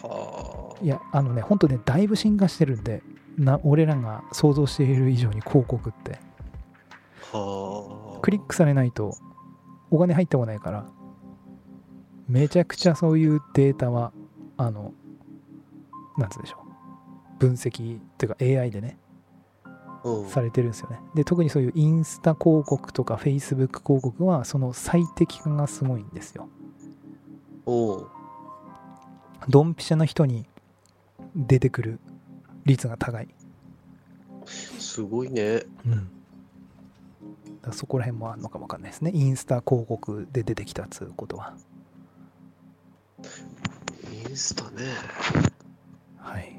[SPEAKER 2] はい
[SPEAKER 1] やあのねほんとねだいぶ進化してるんでな俺らが想像している以上に広告って
[SPEAKER 2] あはあ
[SPEAKER 1] クリックされないとお金入ってこないからめちゃくちゃそういうデータはあのなんつうんでしょう分析というか AI でね
[SPEAKER 2] うん
[SPEAKER 1] されてるんですよね。で特にそういうインスタ広告とか Facebook 広告はその最適化がすごいんですよ。
[SPEAKER 2] うん
[SPEAKER 1] ドンピシャの人に出てくる率が高い。
[SPEAKER 2] すごいね
[SPEAKER 1] うん、だからそこら辺もあるのかわかんないですね。インスタ広告で出てきたっつうことは。
[SPEAKER 2] インスタね
[SPEAKER 1] はい、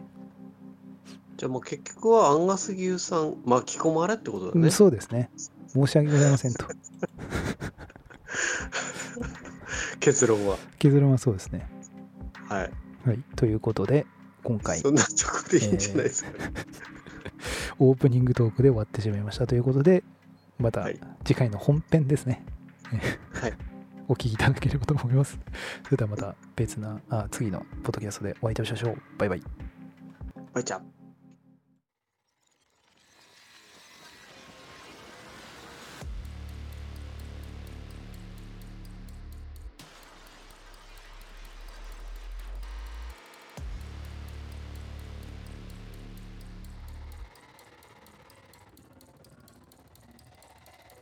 [SPEAKER 2] じゃあもう結局はアンガス牛さん巻き込まれってことだ
[SPEAKER 1] う
[SPEAKER 2] ね
[SPEAKER 1] んそうですね。申し訳ございません と。
[SPEAKER 2] 結論は
[SPEAKER 1] 結論はそうですね。
[SPEAKER 2] はい
[SPEAKER 1] はい、ということで、今回
[SPEAKER 2] そんなとこでいいんじゃないですか、ね
[SPEAKER 1] オープニングトークで終わってしまいましたということで、また
[SPEAKER 2] はい
[SPEAKER 1] 次回の本編ですね。
[SPEAKER 2] はい
[SPEAKER 1] お聞きいただければと思います。それではまた別な、あ次のポッドキャストでお会いいたしましょう。バイバイ。
[SPEAKER 2] バイちゃん